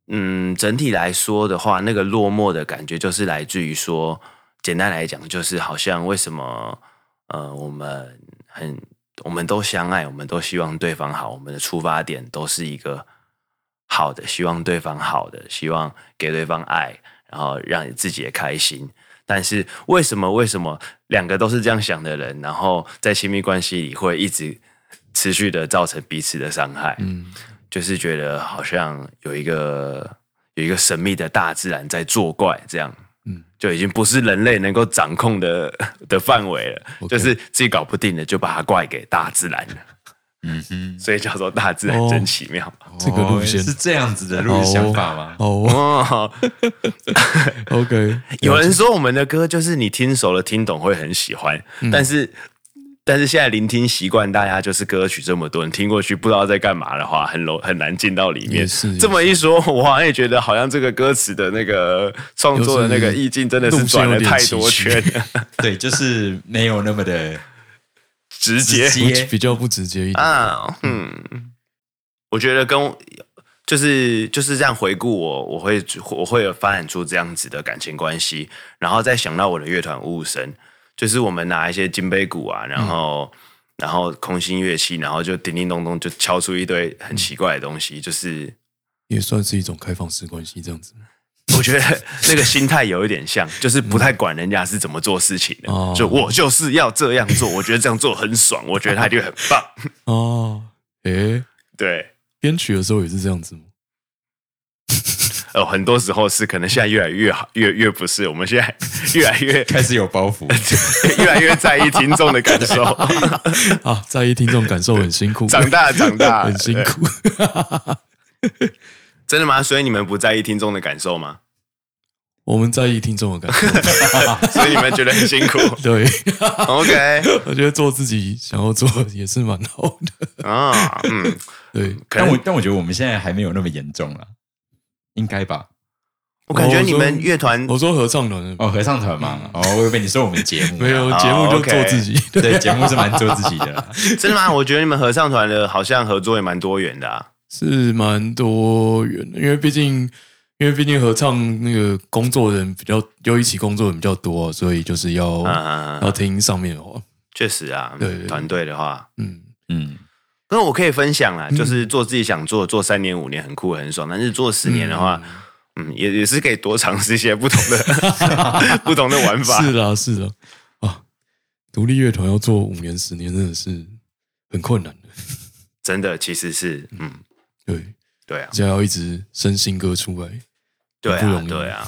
Speaker 3: 嗯，整体来说的话，那个落寞的感觉就是来自于说，简单来讲就是好像为什么呃我们很。我们都相爱，我们都希望对方好，我们的出发点都是一个好的，希望对方好的，希望给对方爱，然后让你自己也开心。但是为什么为什么两个都是这样想的人，然后在亲密关系里会一直持续的造成彼此的伤害？
Speaker 2: 嗯，
Speaker 3: 就是觉得好像有一个有一个神秘的大自然在作怪，这样，嗯
Speaker 2: 嗯，
Speaker 3: 就已经不是人类能够掌控的 的范围了
Speaker 2: OK
Speaker 3: 就是自己搞不定的，就把它怪给大自然了，
Speaker 1: 嗯哼，
Speaker 3: 所以叫做大自然
Speaker 2: 哦
Speaker 3: 真奇妙。
Speaker 2: 这个路线
Speaker 1: 哦是这样子的路想法吗？
Speaker 2: 哦
Speaker 3: 哦，
Speaker 2: ，OK，
Speaker 3: 有人说我们的歌就是你听熟了听懂会很喜欢，
Speaker 2: 嗯
Speaker 3: 但是。但是现在聆听习惯，大家就是歌曲这么多，你听过去不知道在干嘛的话，很容很难进到里面
Speaker 2: 也。是
Speaker 3: 这么一说，我好像也觉得好像这个歌词的那个创作的那个意境真的是转了太多圈，
Speaker 1: 对，就是没有那么的
Speaker 3: 直接
Speaker 1: 直
Speaker 2: 不
Speaker 1: 接
Speaker 2: 比较不直接一点，
Speaker 3: 啊，嗯，我觉得跟就是就是这样回顾我，我会我会有发展出这样子的感情关系，然后再想到我的乐团雾神，就是我们拿一些金杯鼓啊，然后、然后空心乐器，然后就叮叮咚咚就敲出一堆很奇怪的东西，就是
Speaker 2: 也算是一种开放式关系这样子。
Speaker 3: 我觉得那个心态有一点像，就是不太管人家是怎么做事情的，
Speaker 2: 哦
Speaker 3: 就我就是要这样做，我觉得这样做很爽，我觉得他就很棒。
Speaker 2: 哦，诶，
Speaker 3: 对，
Speaker 2: 编曲的时候也是这样子吗？
Speaker 3: 呃，很多时候是可能现在越来越好，越越不是，我们 现在越来越
Speaker 1: 开始有包袱。
Speaker 3: 越来越在意听众的感 受，
Speaker 2: 啊，在意听众感受很辛苦，
Speaker 3: 长大长大
Speaker 2: 很辛苦。
Speaker 3: 真的吗？所以你们不在意听众的感受吗？
Speaker 2: 我们在意听众的感受，
Speaker 3: 所以你们觉得很辛苦
Speaker 2: 对，
Speaker 3: ？OK，
Speaker 2: 我觉得做自己想要做的也是蛮好的。
Speaker 3: 啊、嗯，
Speaker 2: 对，
Speaker 3: 可
Speaker 1: 但
Speaker 3: 能
Speaker 1: 我但我觉得我们现在还没有那么严重了，应该吧？
Speaker 3: 我感觉你
Speaker 2: 我
Speaker 3: 们
Speaker 2: 说
Speaker 3: 乐团
Speaker 2: 我说合唱团
Speaker 1: 哦，合唱团
Speaker 3: 嗯
Speaker 1: 嘛，哦，我以为你说我们节目啊
Speaker 2: 没有
Speaker 1: 哦
Speaker 2: 节目就
Speaker 3: OK
Speaker 2: 做自己，
Speaker 1: 对，节目是蛮做自己的 啦。
Speaker 3: 真的吗？我觉得你们合唱团的好像合作也蛮多元的、啊。
Speaker 2: 是蛮多元的，因为毕竟。因为毕竟合唱那个工作人比较，又一起工作人比较多、啊所以就是要、
Speaker 3: 嗯
Speaker 2: 要听上面的话。
Speaker 3: 确实啊
Speaker 2: 哦对对，对
Speaker 3: 团队的话，
Speaker 2: 嗯，
Speaker 1: 嗯，
Speaker 3: 那我可以分享啦，就是做自己想做，做三年五年很酷很爽，但是做十年的话，嗯，也也是可以多尝试一些不同的 不同的玩法。
Speaker 2: 是啦，是啦，啊，独立乐团要做五年、十年，真的是很困难的。
Speaker 3: 真的，其实是，嗯，嗯
Speaker 2: 对，
Speaker 3: 对啊，
Speaker 2: 就要一直生新歌出来。
Speaker 3: 对
Speaker 2: 不
Speaker 3: 啊
Speaker 2: 容，易
Speaker 3: 对啊，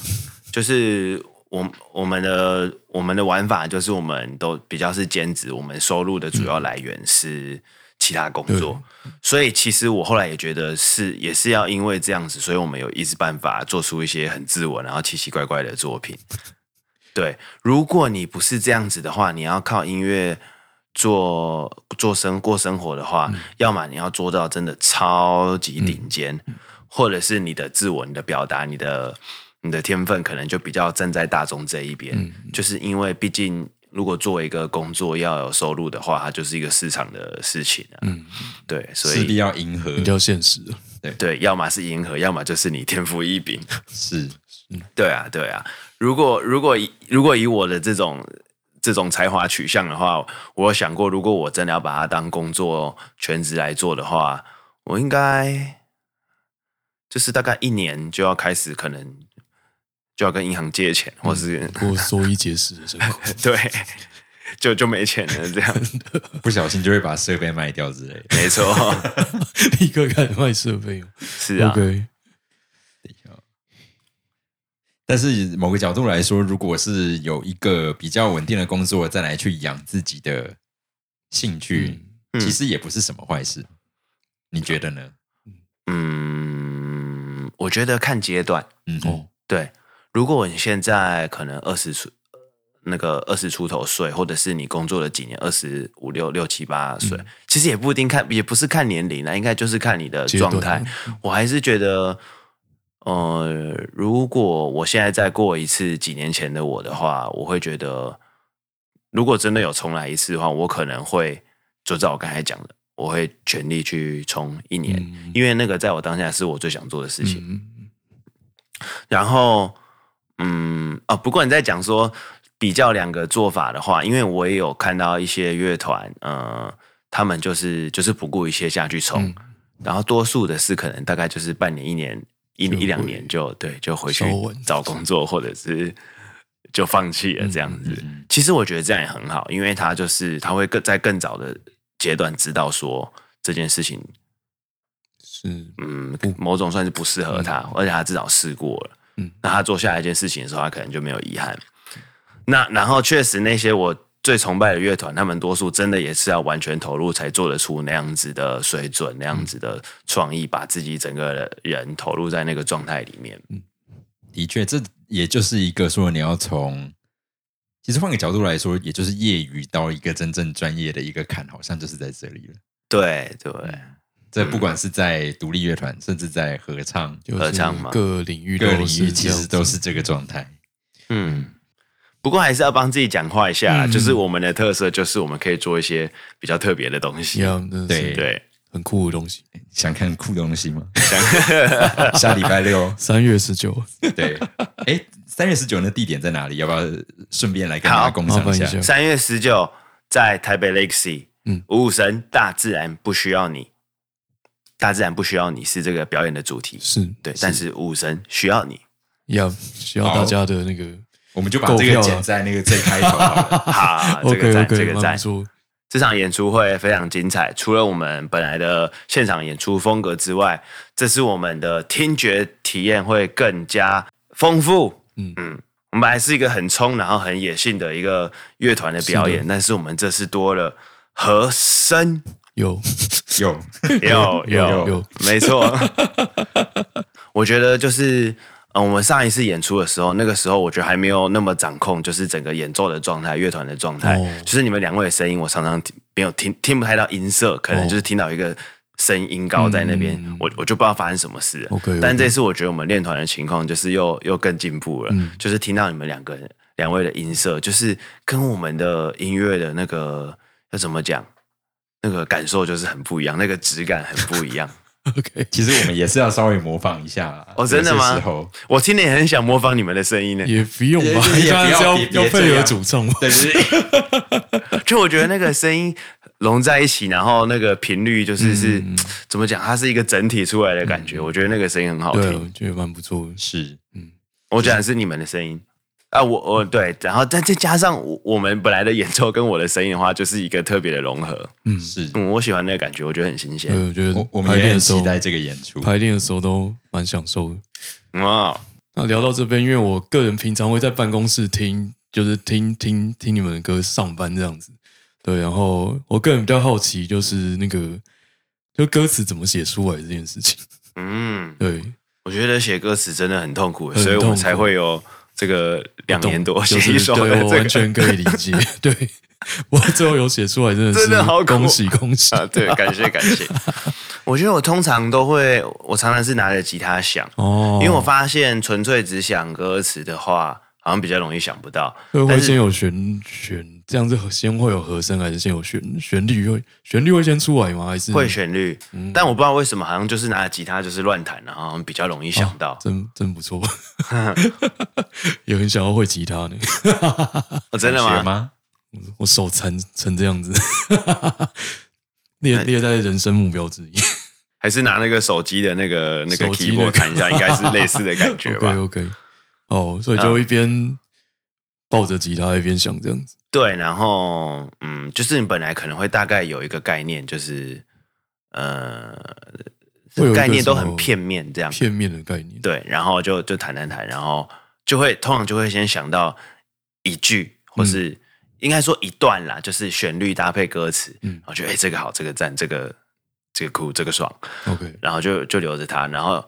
Speaker 3: 就是我我们的我们的玩法就是我们都比较是兼职，我们收入的主要来源是其他工作，所以其实我后来也觉得是也是要因为这样子，所以我们有一直办法做出一些很自我然后奇奇怪怪的作品。对，如果你不是这样子的话，你要靠音乐做做生过生活的话，要么你要做到真的超级顶尖，或者是你的自我、你的表达、你的你的天分，可能就比较站在大众这一边。就是因为毕竟，如果作为一个工作要有收入的话，它就是一个市场的事情、啊。嗯，对，所
Speaker 1: 势必
Speaker 3: 以
Speaker 1: 要迎合
Speaker 2: 比，较现实了。
Speaker 3: 对，要么是迎合，要么就是你天赋异禀。
Speaker 1: 是
Speaker 3: 对啊，对啊。如果如果以如果以我的这种这种才华取向的话，我有想过，如果我真的要把它当工作全职来做的话，我应该就是大概一年就要开始，可能就要跟银行借钱，或是、
Speaker 2: 过缩衣节食的生活，
Speaker 3: 对， 就就没钱了这样。
Speaker 1: 不小心就会把设备卖掉之类的。
Speaker 3: 没错，
Speaker 2: 立刻开始卖设备哦。
Speaker 3: 是啊
Speaker 2: OK，
Speaker 1: 哦但是某个角度来说，如果是有一个比较稳定的工作，再来去养自己的兴趣，
Speaker 3: 嗯
Speaker 1: 其实也不是什么坏事。你觉得呢？
Speaker 3: 嗯，我觉得看阶段，
Speaker 1: 嗯，
Speaker 2: 哦，
Speaker 3: 对，如果你现在可能二十出那个二十出头岁，或者是你工作了几年，二十五六六七八岁，
Speaker 2: 嗯
Speaker 3: 其实也不一定看，也不是看年龄啦，应该就是看你的
Speaker 2: 阶
Speaker 3: 状
Speaker 2: 段嗯
Speaker 3: 态。我还是觉得，呃，如果我现在再过一次几年前的我的话，我会觉得，如果真的有重来一次的话，我可能会就照我刚才讲的，我会全力去冲一年，
Speaker 2: 嗯
Speaker 3: 因为那个在我当下是我最想做的事情。
Speaker 2: 嗯，
Speaker 3: 然后，嗯，哦，不过你在讲说比较两个做法的话，因为我也有看到一些乐团，呃，他们就是就是不顾一切下去冲，
Speaker 2: 嗯
Speaker 3: 然后多数的是可能大概就是半年、一年、一
Speaker 2: 就
Speaker 3: 一两
Speaker 2: 会
Speaker 3: 年就对就回去
Speaker 2: 收稳
Speaker 3: 找工作，或者是就放弃了
Speaker 2: 嗯
Speaker 3: 这样子。其实我觉得这样也很好，因为他就是他会更在更早的阶段知道说这件事情
Speaker 2: 是
Speaker 3: 嗯，某种算是不适合他，而且他至少试过了。
Speaker 2: 嗯
Speaker 3: 那他做下一件事情的时候，他可能就没有遗憾。那然后确实那些我最崇拜的乐团，他们多数真的也是要完全投入才做得出那样子的水准、那样子的创意，把自己整个人投入在那个状态里面。
Speaker 2: 嗯
Speaker 1: 的确，这也就是一个说你要从，其实换个角度来说，也就是业余到一个真正专业的一个坎，好像就是在这里了。
Speaker 3: 对对，嗯
Speaker 1: 这不管是在独立乐团，甚至在合唱
Speaker 2: 就是
Speaker 3: 合唱嘛
Speaker 2: 各领域
Speaker 1: 各
Speaker 2: 都
Speaker 1: 领
Speaker 2: 是
Speaker 1: 域，
Speaker 2: 这
Speaker 1: 其
Speaker 2: 样
Speaker 1: 实
Speaker 2: 子
Speaker 1: 都是这个状态。
Speaker 3: 嗯。不过还是要帮自己讲话一下啦，
Speaker 2: 嗯
Speaker 3: 就是我们的特色，就是我们可以做一些比较特别的东西。
Speaker 2: Yeah，真的是
Speaker 1: 对
Speaker 3: 对，
Speaker 2: 很酷的东西。
Speaker 1: 想看酷东西 吗？下礼拜六，
Speaker 2: 三月十九，
Speaker 1: 对，哎，三月十九那地点在哪里？要不要顺便来跟大家
Speaker 3: 好
Speaker 1: 共
Speaker 2: 麻
Speaker 1: 享
Speaker 2: 烦
Speaker 1: 一
Speaker 2: 一
Speaker 1: 下？
Speaker 2: 下，
Speaker 3: 三月十九在台北 Legacy，
Speaker 2: 嗯
Speaker 3: 嗯，五五神大自然不需要你，大自然不需要你是这个表演的主题，
Speaker 2: 是
Speaker 3: 对，但是五五神需要 你。
Speaker 2: 要需要大家的那个
Speaker 1: 我们就把这个剪在那个最开头好了。
Speaker 3: 好，这
Speaker 2: OK
Speaker 3: 个赞，
Speaker 2: OK，
Speaker 3: 这个赞。
Speaker 2: 说
Speaker 3: 这场演出会非常精彩，除了我们本来的现场演出风格之外，这次我们的听觉体验会更加丰富。
Speaker 2: 嗯
Speaker 3: 嗯嗯，我们还是一个很冲，然后很野性的一个乐团的表演，
Speaker 2: 是
Speaker 3: 但是我们这次多了和声。
Speaker 2: 有
Speaker 1: 有，
Speaker 3: 有
Speaker 2: 有
Speaker 3: 有
Speaker 2: 有
Speaker 3: 有，没错。 我觉得就是，嗯，我们上一次演出的时候，那个时候我觉得还没有那么掌控，就是整个演奏的状态、乐团的状态，
Speaker 2: 哦
Speaker 3: 就是你们两位的声音，我常常听没有听听不太到音色，可能就是听到一个。声音高在那边，
Speaker 2: 哦嗯
Speaker 3: 我我就不知道发生什么事了。
Speaker 2: OK，OK
Speaker 3: 但这次我觉得我们练团的情况就是又又更进步了，
Speaker 2: 嗯
Speaker 3: 就是听到你们两个人两位的音色，就是跟我们的音乐的那个要怎么讲，那个感受就是很不一样，那个质感很不一样。
Speaker 2: OK，
Speaker 1: 其实我们也是要稍微模仿一下啦
Speaker 3: 哦真的吗
Speaker 1: 有些时候
Speaker 3: 我听了也很想模仿你们的声音 呢，
Speaker 2: 也不用
Speaker 1: 也
Speaker 2: 吧，
Speaker 1: 也也
Speaker 2: 当然
Speaker 1: 不
Speaker 2: 是
Speaker 1: 要
Speaker 2: 要
Speaker 1: 也
Speaker 2: 要
Speaker 1: 也这
Speaker 2: 配合
Speaker 1: 样
Speaker 2: 主唱嘛。
Speaker 1: 对对对，
Speaker 3: 就我觉得那个声音融在一起，然后那个频率就是是、
Speaker 2: 嗯
Speaker 3: 怎么讲，它是一个整体出来的感觉。我觉得那个声音很好
Speaker 2: 对，啊
Speaker 3: 听。
Speaker 2: 我觉得蛮不错的。
Speaker 1: 是
Speaker 3: 我讲的是你们的声音啊，我我对，然后但再加上我我们本来的演奏跟我的声音的话，就是一个特别的融合。
Speaker 2: 嗯，
Speaker 1: 是，
Speaker 3: 嗯，我喜欢那个感觉，我觉得很新鲜。
Speaker 2: 对，我觉得
Speaker 1: 我我
Speaker 2: 排
Speaker 1: 们也
Speaker 2: 练
Speaker 1: 很
Speaker 2: 的时
Speaker 1: 期
Speaker 2: 候，
Speaker 1: 待这个演出。
Speaker 2: 排练的时候都蛮享受的。
Speaker 3: 嗯哦，
Speaker 2: 那聊到这边，因为我个人平常会在办公室听，就是听听听你们的歌上班这样子。对，然后我个人比较好奇，就是那个就歌词怎么写出来这件事情。
Speaker 3: 嗯，
Speaker 2: 对，
Speaker 3: 我觉得写歌词真的很痛苦，
Speaker 2: 很
Speaker 3: 所以我
Speaker 2: 痛
Speaker 3: 们
Speaker 2: 苦
Speaker 3: 才会有这个两年多写
Speaker 2: 就
Speaker 3: 一
Speaker 2: 是
Speaker 3: 首
Speaker 2: 对
Speaker 3: 的
Speaker 2: 我
Speaker 3: 这
Speaker 2: 完
Speaker 3: 个。
Speaker 2: 全可以理解。对 我最后有写出来，真的是
Speaker 3: 真的好苦
Speaker 2: 恭喜恭喜
Speaker 3: 啊，对，感谢感谢。我觉得我通常都会，我常常是拿着吉他想，
Speaker 2: 哦！
Speaker 3: 因为我发现纯粹只想歌词的话，好像比较容易想不到。
Speaker 2: 对会
Speaker 3: 但是
Speaker 2: 先有旋旋，这样子先会有和声，还是先有旋旋律会旋律会先出来吗？还是啊
Speaker 3: 会旋律，
Speaker 2: 嗯
Speaker 3: 但我不知道为什么，好像就是拿着吉他就是乱弹，然后好像比较容易想到。嗯
Speaker 2: 真真不错， 也很想要会吉他呢。
Speaker 3: 哦真的
Speaker 1: 想学
Speaker 3: 吗？
Speaker 1: 吗？
Speaker 2: 我手残成这样子，列列在人生目标之一。
Speaker 3: 还是拿那个手机的那个那个
Speaker 2: 手机
Speaker 3: keyboard
Speaker 2: 那个
Speaker 3: 弹一下，应该是类似的感觉 吧嗯
Speaker 2: OK？OK，哦，所以就一边抱着吉他一边想这样子。
Speaker 3: 对，然后嗯，就是你本来可能会大概有一个概念，就是呃
Speaker 2: 会有一，个
Speaker 3: 概念都
Speaker 2: 什么
Speaker 3: 很片面这样。
Speaker 2: 片面的概念。
Speaker 3: 对，然后就就谈谈谈，然后就会通常就会先想到一句，
Speaker 2: 嗯
Speaker 3: 或是、应该说一段啦，就是旋律搭配歌词，
Speaker 2: 嗯
Speaker 3: 然后就哎、这个好，这个赞，这个这个酷，这个爽，
Speaker 2: ，OK，
Speaker 3: 然后就就留着它，然后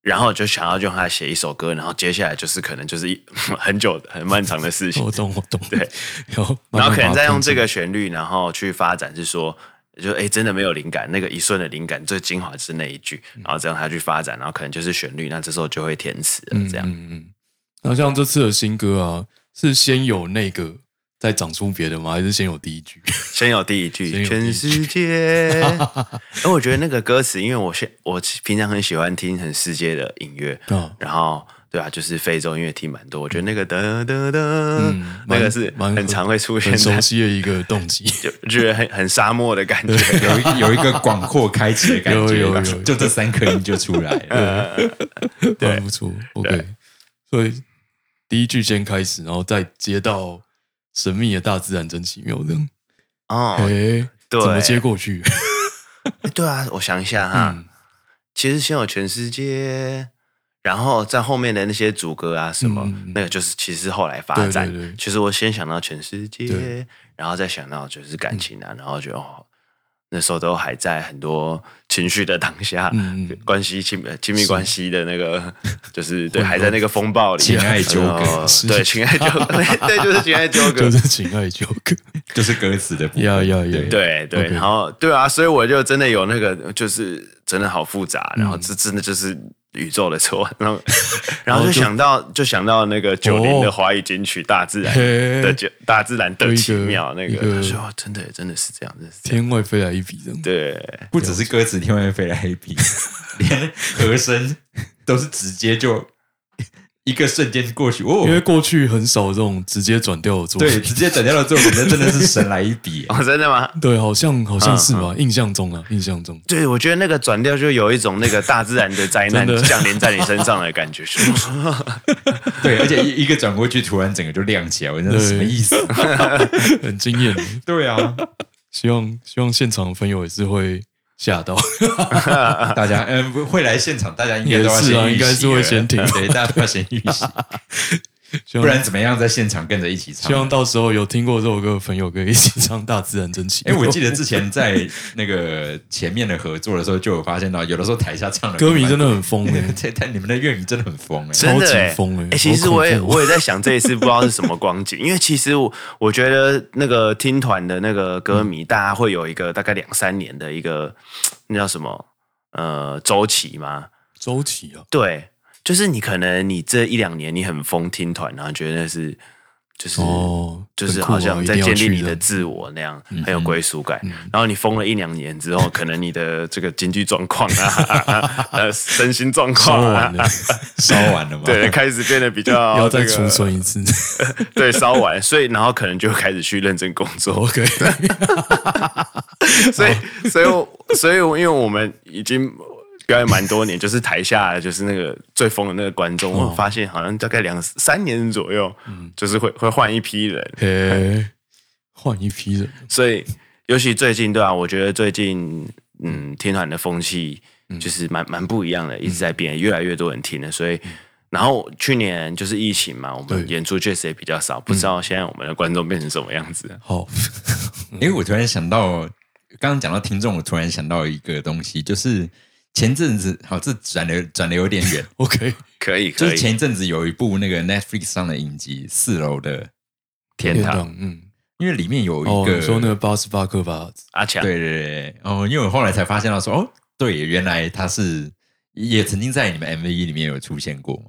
Speaker 3: 然后就想要用它写一首歌，然后接下来就是可能就是一 很久很漫长的事情
Speaker 2: 哦我，懂我懂。
Speaker 3: 对，
Speaker 2: 然后慢慢
Speaker 3: 然后可
Speaker 2: 把
Speaker 3: 能
Speaker 2: 它
Speaker 3: 再用
Speaker 2: 拼
Speaker 3: 这
Speaker 2: 凑
Speaker 3: 个旋律，然后去发展，是说，就哎、诶真的没有灵感，那个一瞬的灵感最精华就是那一句，
Speaker 2: 嗯
Speaker 3: 然后再让它去发展，然后可能就是旋律，那这时候就会填词了，这样。
Speaker 2: 嗯嗯嗯。那像这次的新歌啊，是先有那个再长出别的吗？还是先有第一句？
Speaker 3: 先有第一
Speaker 2: 先
Speaker 3: 句，
Speaker 2: 有第一
Speaker 3: 全
Speaker 2: 句
Speaker 3: 世界。哎，我觉得那个歌词，因为我现我平常很喜欢听很世界的音乐，
Speaker 2: 啊，
Speaker 3: 然后对啊，就是非洲音乐听蛮多，我觉得那个哒哒哒，
Speaker 2: 嗯，
Speaker 3: 那个
Speaker 2: 蛮
Speaker 3: 是
Speaker 2: 蛮
Speaker 3: 很常会出现
Speaker 2: 很熟
Speaker 3: 的，
Speaker 2: 悉的一个动 机。
Speaker 3: 就觉得很很沙漠的感觉。
Speaker 1: 有 一 有一个广阔开启的感觉，
Speaker 2: 有有有嗯有
Speaker 1: 就这三颗音就出来 了。
Speaker 2: 对，不错，OK。所以第一句先开始，然后再接到神秘的大自然真奇妙这样。
Speaker 3: 哦，
Speaker 2: 哎，
Speaker 3: 对
Speaker 2: 怎么接过 去？
Speaker 3: 诶对啊，我想一下哈，
Speaker 2: 嗯
Speaker 3: 其实先有全世界，然后在后面的那些主歌啊什么，
Speaker 2: 嗯嗯嗯
Speaker 3: 那个就是其实是后来发展。
Speaker 2: 对对对
Speaker 3: 其实我先想到全世界
Speaker 2: 对，嗯
Speaker 3: 然后再想到就是感情啊，然后就哦，那时候都还在很多情绪的当下，
Speaker 2: 嗯嗯
Speaker 3: 关系亲呃亲密关系的那个，就是对，
Speaker 2: 混乱
Speaker 3: 还在那个风暴里，啊
Speaker 1: 情爱纠葛
Speaker 3: 然后
Speaker 2: 是
Speaker 3: 对，情爱纠葛， 对，就是情爱纠葛
Speaker 2: 就。是情爱纠 葛。
Speaker 1: 就是歌词的部分。
Speaker 2: 呀呀呀！
Speaker 3: 对对
Speaker 2: OK
Speaker 3: 然后对啊，所以我就真的有那个，就是真的好复杂，
Speaker 2: 嗯
Speaker 3: 然后这真的就是宇宙的错， 然后然后就想到就想到那个九零的华语金曲《大自然》
Speaker 2: 哦嘿
Speaker 3: 的九大自然的奇妙那
Speaker 2: 一个
Speaker 3: 个，他
Speaker 2: 一个
Speaker 3: 说哦真的真的是这样，真的是这样
Speaker 2: 天外飞来一笔这样。
Speaker 3: 对。
Speaker 1: 不只是歌词天外飞来一 笔，连和声都是直接就一个瞬间过去哦
Speaker 2: 因，为过去很少这种直接转调的作
Speaker 1: 对，
Speaker 2: 品，
Speaker 1: 直接转掉了作品，那真的是神来一笔
Speaker 3: 哦，真的吗？
Speaker 2: 对，好像好像是
Speaker 3: 嗯
Speaker 2: 吧？印象中啊，印象中
Speaker 3: 对，我觉得那个转调就有一种那个大自然的灾难
Speaker 2: 真的
Speaker 3: 降临在你身上的感觉，
Speaker 1: 对，而且一一个转过去，突然整个就亮起来，我真的
Speaker 2: 对
Speaker 1: 什么意思？
Speaker 2: 很惊艳。
Speaker 1: 对啊，
Speaker 2: 希望希望现场的朋友也是会 吓到，
Speaker 1: 大家嗯、不会来现场，大家应该都要
Speaker 2: 也
Speaker 1: 先预
Speaker 2: 是啊
Speaker 1: 习了
Speaker 2: 应该是会先听
Speaker 1: 对，大家都要先预习，
Speaker 2: 希望
Speaker 1: 不然怎么样在现场跟着一起唱？
Speaker 2: 希望到时候有听过这首歌的朋友可以一起唱《大自然真奇
Speaker 1: 哎、
Speaker 2: 妙》。
Speaker 1: 我记得之前在那个前面的合作的时候，就有发现到，有的时候台下唱的
Speaker 2: 歌迷真的很疯 哎，
Speaker 1: 这台你们的粤语真的很疯哎、
Speaker 3: 真的
Speaker 2: 超级
Speaker 3: 欸
Speaker 2: 疯欸
Speaker 3: 欸其实
Speaker 2: 好恐
Speaker 3: 我也
Speaker 2: 怖
Speaker 3: 我也在想这一次不知道是什么光景， 因为其实我我觉得那个听团的那个歌
Speaker 2: 嗯
Speaker 3: 迷，大家会有一个大概两三年的一个那叫什么呃周期嘛，
Speaker 2: 周琦啊，
Speaker 3: 对，就是你可能你这一两年你很疯听团，然后觉得那是就是、
Speaker 2: 哦，
Speaker 3: 就是
Speaker 2: 很酷
Speaker 3: 好
Speaker 2: 啊
Speaker 3: 像在
Speaker 2: 一定要
Speaker 3: 建立
Speaker 2: 去
Speaker 3: 你
Speaker 2: 这
Speaker 3: 的
Speaker 2: 样
Speaker 3: 自我那样，很有归属感。
Speaker 2: 嗯
Speaker 3: 然后你疯了一两年之后，可能你的这个经济状况 啊，呃，身心状
Speaker 2: 烧
Speaker 3: 况啊
Speaker 2: 完，了，
Speaker 1: 烧完了吗？
Speaker 3: 对， 开始变得比
Speaker 1: 啊
Speaker 3: 较、
Speaker 2: 要再
Speaker 3: 这
Speaker 2: 储
Speaker 3: 个
Speaker 2: 存 一次。
Speaker 3: 对，烧完，所以然后可能就开始去认真工作。
Speaker 2: OK，
Speaker 3: 所以，所以我，所以我，因为我们已经表演蛮多年，就是台下就是那个最疯的那个观
Speaker 2: 哦
Speaker 3: 众，我发现好像大概两三年左右，
Speaker 2: 嗯
Speaker 3: 就是会会换一批人，
Speaker 2: 嘿，换一批人，
Speaker 3: 所以尤其最近对啊，我觉得最近嗯，天团的风气
Speaker 1: 嗯
Speaker 3: 就是蛮蛮不一样的，一直在变，越来越多人听了，所以。
Speaker 1: 嗯
Speaker 3: 然后去年就是疫情嘛，我们
Speaker 2: 对
Speaker 3: 演出确实也比较
Speaker 1: 嗯
Speaker 3: 少，不知道现在我们的观众变成什么样子。
Speaker 2: 好， 嗯
Speaker 1: 因为我突然想到，刚刚讲到听众，我突然想到一个东西，就是前阵子，好，这转的转的有点 远，
Speaker 2: OK，
Speaker 3: 可以，
Speaker 1: 就
Speaker 3: 可
Speaker 1: 是
Speaker 3: 以，
Speaker 1: 前一阵子有一部那个 Netflix 上的影集《四楼的
Speaker 3: 天堂，
Speaker 2: 嗯，
Speaker 1: 因为里面有一
Speaker 2: 哦，
Speaker 1: 个、
Speaker 2: 你说那个八十八克吧，
Speaker 3: 阿强，
Speaker 1: 对对对，哦，因为我后来才发现到说，哦，对，原来他是也曾经在你们 MV 里面有出现过嘛，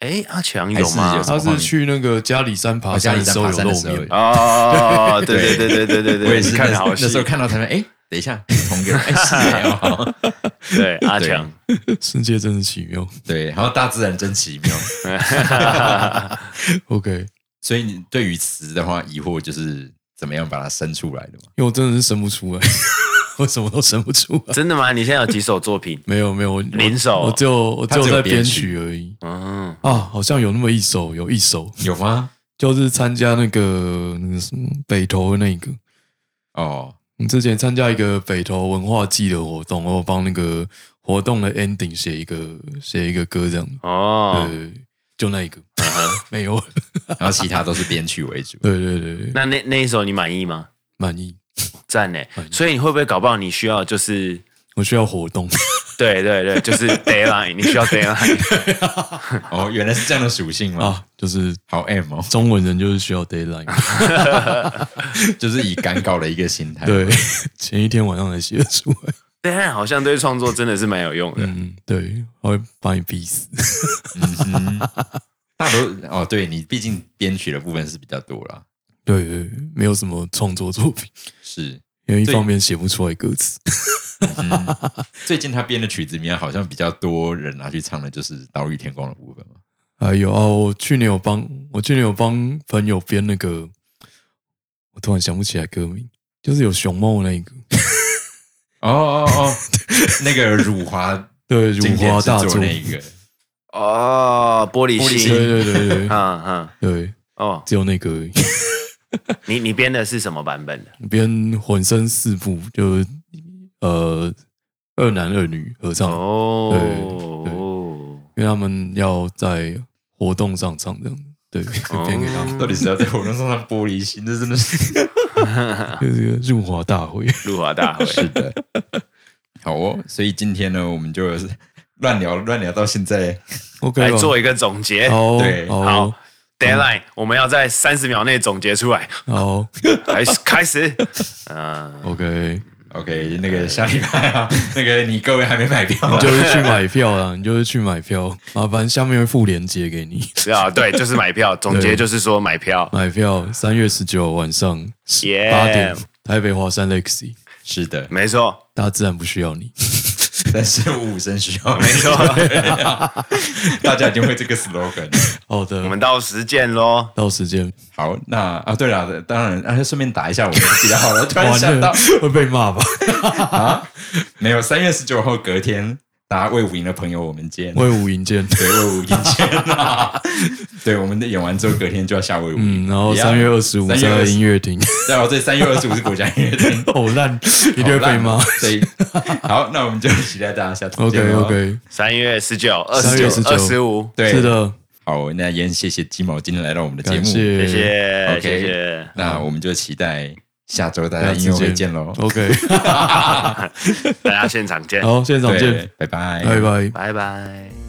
Speaker 3: 哎，阿强有吗
Speaker 1: 还？
Speaker 2: 他
Speaker 1: 什么
Speaker 2: 是去那个加里山爬
Speaker 1: 哦加
Speaker 2: 山
Speaker 1: 里
Speaker 2: 的
Speaker 1: 山
Speaker 2: 时候
Speaker 1: 爬
Speaker 2: 有
Speaker 1: 山的
Speaker 2: 露
Speaker 1: 时候
Speaker 2: 面，
Speaker 3: 哦，对对对对对对对，
Speaker 1: 我也是
Speaker 3: 你
Speaker 1: 那
Speaker 3: 看得好戏，
Speaker 1: 那时候看到他们，哎，等一下，同一个人，哎， 是没有，
Speaker 3: 对阿强，
Speaker 2: 世界真是奇妙。
Speaker 1: 对，然后大自然真奇妙，
Speaker 2: OK，
Speaker 1: 所以你对于词的话，疑惑就是怎么样把它生出来的嘛？
Speaker 2: 因为我真的是生不出来， 我什么都生不出来。
Speaker 3: 真的吗？你现在有几首作品？
Speaker 2: 没有没有，我
Speaker 3: 零首
Speaker 2: 我就我
Speaker 1: 他只
Speaker 2: 就
Speaker 1: 有
Speaker 2: 在
Speaker 1: 编
Speaker 2: 编
Speaker 1: 曲
Speaker 2: 曲而已
Speaker 3: 嗯，
Speaker 2: 啊，好像有那么一首，有一首
Speaker 1: 有吗？
Speaker 2: 就是参加那个那个什么北投的那个，
Speaker 1: 哦，
Speaker 2: 你之前参加一个北投文化季的活动，我帮那个活动的 ending 写一个写一个歌这样，
Speaker 3: 哦，
Speaker 2: 对，就那一个没有，。
Speaker 1: 然后其他都是编曲为 主
Speaker 2: 对对对，对
Speaker 3: 那那那一首你满意吗？
Speaker 2: 满意，
Speaker 3: 赞呢，
Speaker 2: 哎
Speaker 3: 所以你会不会搞不好你需要就是，
Speaker 2: 我需要活动，
Speaker 3: 对对对， 就是 deadline，你需要 deadline，
Speaker 1: 哦，原来是这样的属性吗？
Speaker 3: 哦
Speaker 2: 啊，就是
Speaker 1: 好 M 哦，
Speaker 2: 中文人就是需要 deadline，
Speaker 1: 就是以赶稿的一个心态。
Speaker 2: 对，前一天晚上才写得出来，
Speaker 3: deadline 好像对创作真的是蛮有用的。
Speaker 2: 嗯，对，我会把你逼死，
Speaker 1: 大多哦，对你毕竟编曲的部分是比较多啦。
Speaker 2: 对对，对没有什么创作作品，
Speaker 1: 是
Speaker 2: 因为一
Speaker 1: 对
Speaker 2: 方面写不出来歌词，
Speaker 1: 最近他编的曲子里面，好像比较多人拿去唱的就是《岛屿天光》的部分嘛。
Speaker 2: 还有啊，我去年有帮我去年有帮朋友编那个，我突然想不起来歌名，就是有熊猫那一个，
Speaker 1: 哦哦哦， 那个辱华
Speaker 2: 对，如
Speaker 1: 经典
Speaker 2: 花
Speaker 1: 之
Speaker 2: 大
Speaker 1: 作
Speaker 2: 作，
Speaker 1: 那一个，
Speaker 3: 哦，玻璃
Speaker 1: 玻璃
Speaker 2: 对
Speaker 3: 心，
Speaker 2: 对对 对对
Speaker 3: 嗯嗯，
Speaker 2: 对，
Speaker 3: 哦，
Speaker 2: 只有那个而已
Speaker 3: 你你编的是什么版本的？
Speaker 2: 编浑身四部，就是呃二男二女合唱，
Speaker 1: 哦
Speaker 2: 对对
Speaker 3: 哦，
Speaker 2: 因为他们要在活动上唱这样，对，
Speaker 1: 哦
Speaker 2: 编给他
Speaker 3: 嗯
Speaker 2: 们，
Speaker 1: 到底是要在活动上唱玻璃心？这真的是
Speaker 2: 就是个入华大会，
Speaker 3: 入华大会，
Speaker 1: 是的。好哦，所以今天呢，我们就乱聊乱聊到现在。
Speaker 2: ，OK
Speaker 3: 来
Speaker 2: 吧？
Speaker 3: 做一个总结。
Speaker 2: 好哦
Speaker 1: 对
Speaker 2: 好
Speaker 3: 好
Speaker 2: 哦
Speaker 3: deadline，、我们要在三十秒内总结出来，
Speaker 2: 好哦
Speaker 3: 开始开始。嗯、
Speaker 2: ，OK。
Speaker 1: OK，那个下礼拜啊，那个你各位还没买票啊
Speaker 2: 你就是去买票啦，你就是去买票，麻烦下面会附链接给你。
Speaker 3: 是啊，对，就是买票。总结
Speaker 2: 对
Speaker 3: 就是说买票。
Speaker 2: 买票三月十九晚上
Speaker 3: 耶
Speaker 2: 八点，台北华山 Lexi，
Speaker 1: 是的，
Speaker 3: 没错，
Speaker 2: 大自然不需要你。
Speaker 1: 但是五声需要，
Speaker 3: 没 错，
Speaker 1: 大家已经会这个 slogan 了。
Speaker 2: 好
Speaker 3: 我
Speaker 2: 的，
Speaker 3: 们到时见喽。
Speaker 2: 到时间
Speaker 1: 好，那啊，对了，当然，啊，顺便打一下我们自己的好了。突然想
Speaker 2: 完
Speaker 1: 到
Speaker 2: 了，会被骂吧？
Speaker 1: 没有，三月十九号隔天，大家魏武营的朋友，我们见。
Speaker 2: 魏武营见。
Speaker 1: 对，魏武营见 啦。对，我们的演完之后，隔天就要下魏武营。
Speaker 2: 嗯，然后
Speaker 1: 一样
Speaker 2: 三月二十五
Speaker 1: 3月
Speaker 2: 在
Speaker 1: 25
Speaker 2: 音乐厅，
Speaker 1: 然后这三月二十五是国家音乐 厅，
Speaker 2: 好烂，一定会被
Speaker 1: 好。烂
Speaker 2: 骂
Speaker 1: 哦所以，好，那我们就期待大家下次见
Speaker 2: OK
Speaker 1: 咯
Speaker 2: OK，
Speaker 3: 三月十九、二
Speaker 2: 3月
Speaker 3: 十九、
Speaker 2: 19
Speaker 3: 二十五，
Speaker 1: 啊对，
Speaker 2: 是。的，
Speaker 1: 好，那也谢谢鸡毛今天来到我们的节
Speaker 2: 感
Speaker 1: 目，
Speaker 2: 谢
Speaker 3: 谢谢
Speaker 1: OK
Speaker 3: 谢谢，
Speaker 1: 那我们就期待下周大家
Speaker 2: 下
Speaker 1: 音乐
Speaker 2: 次
Speaker 1: 会
Speaker 2: 见哦
Speaker 1: 见喽。
Speaker 2: OK，
Speaker 3: 大家现场见，
Speaker 2: 好，现场见
Speaker 1: 对，，拜拜，
Speaker 2: 拜拜。
Speaker 3: 拜拜。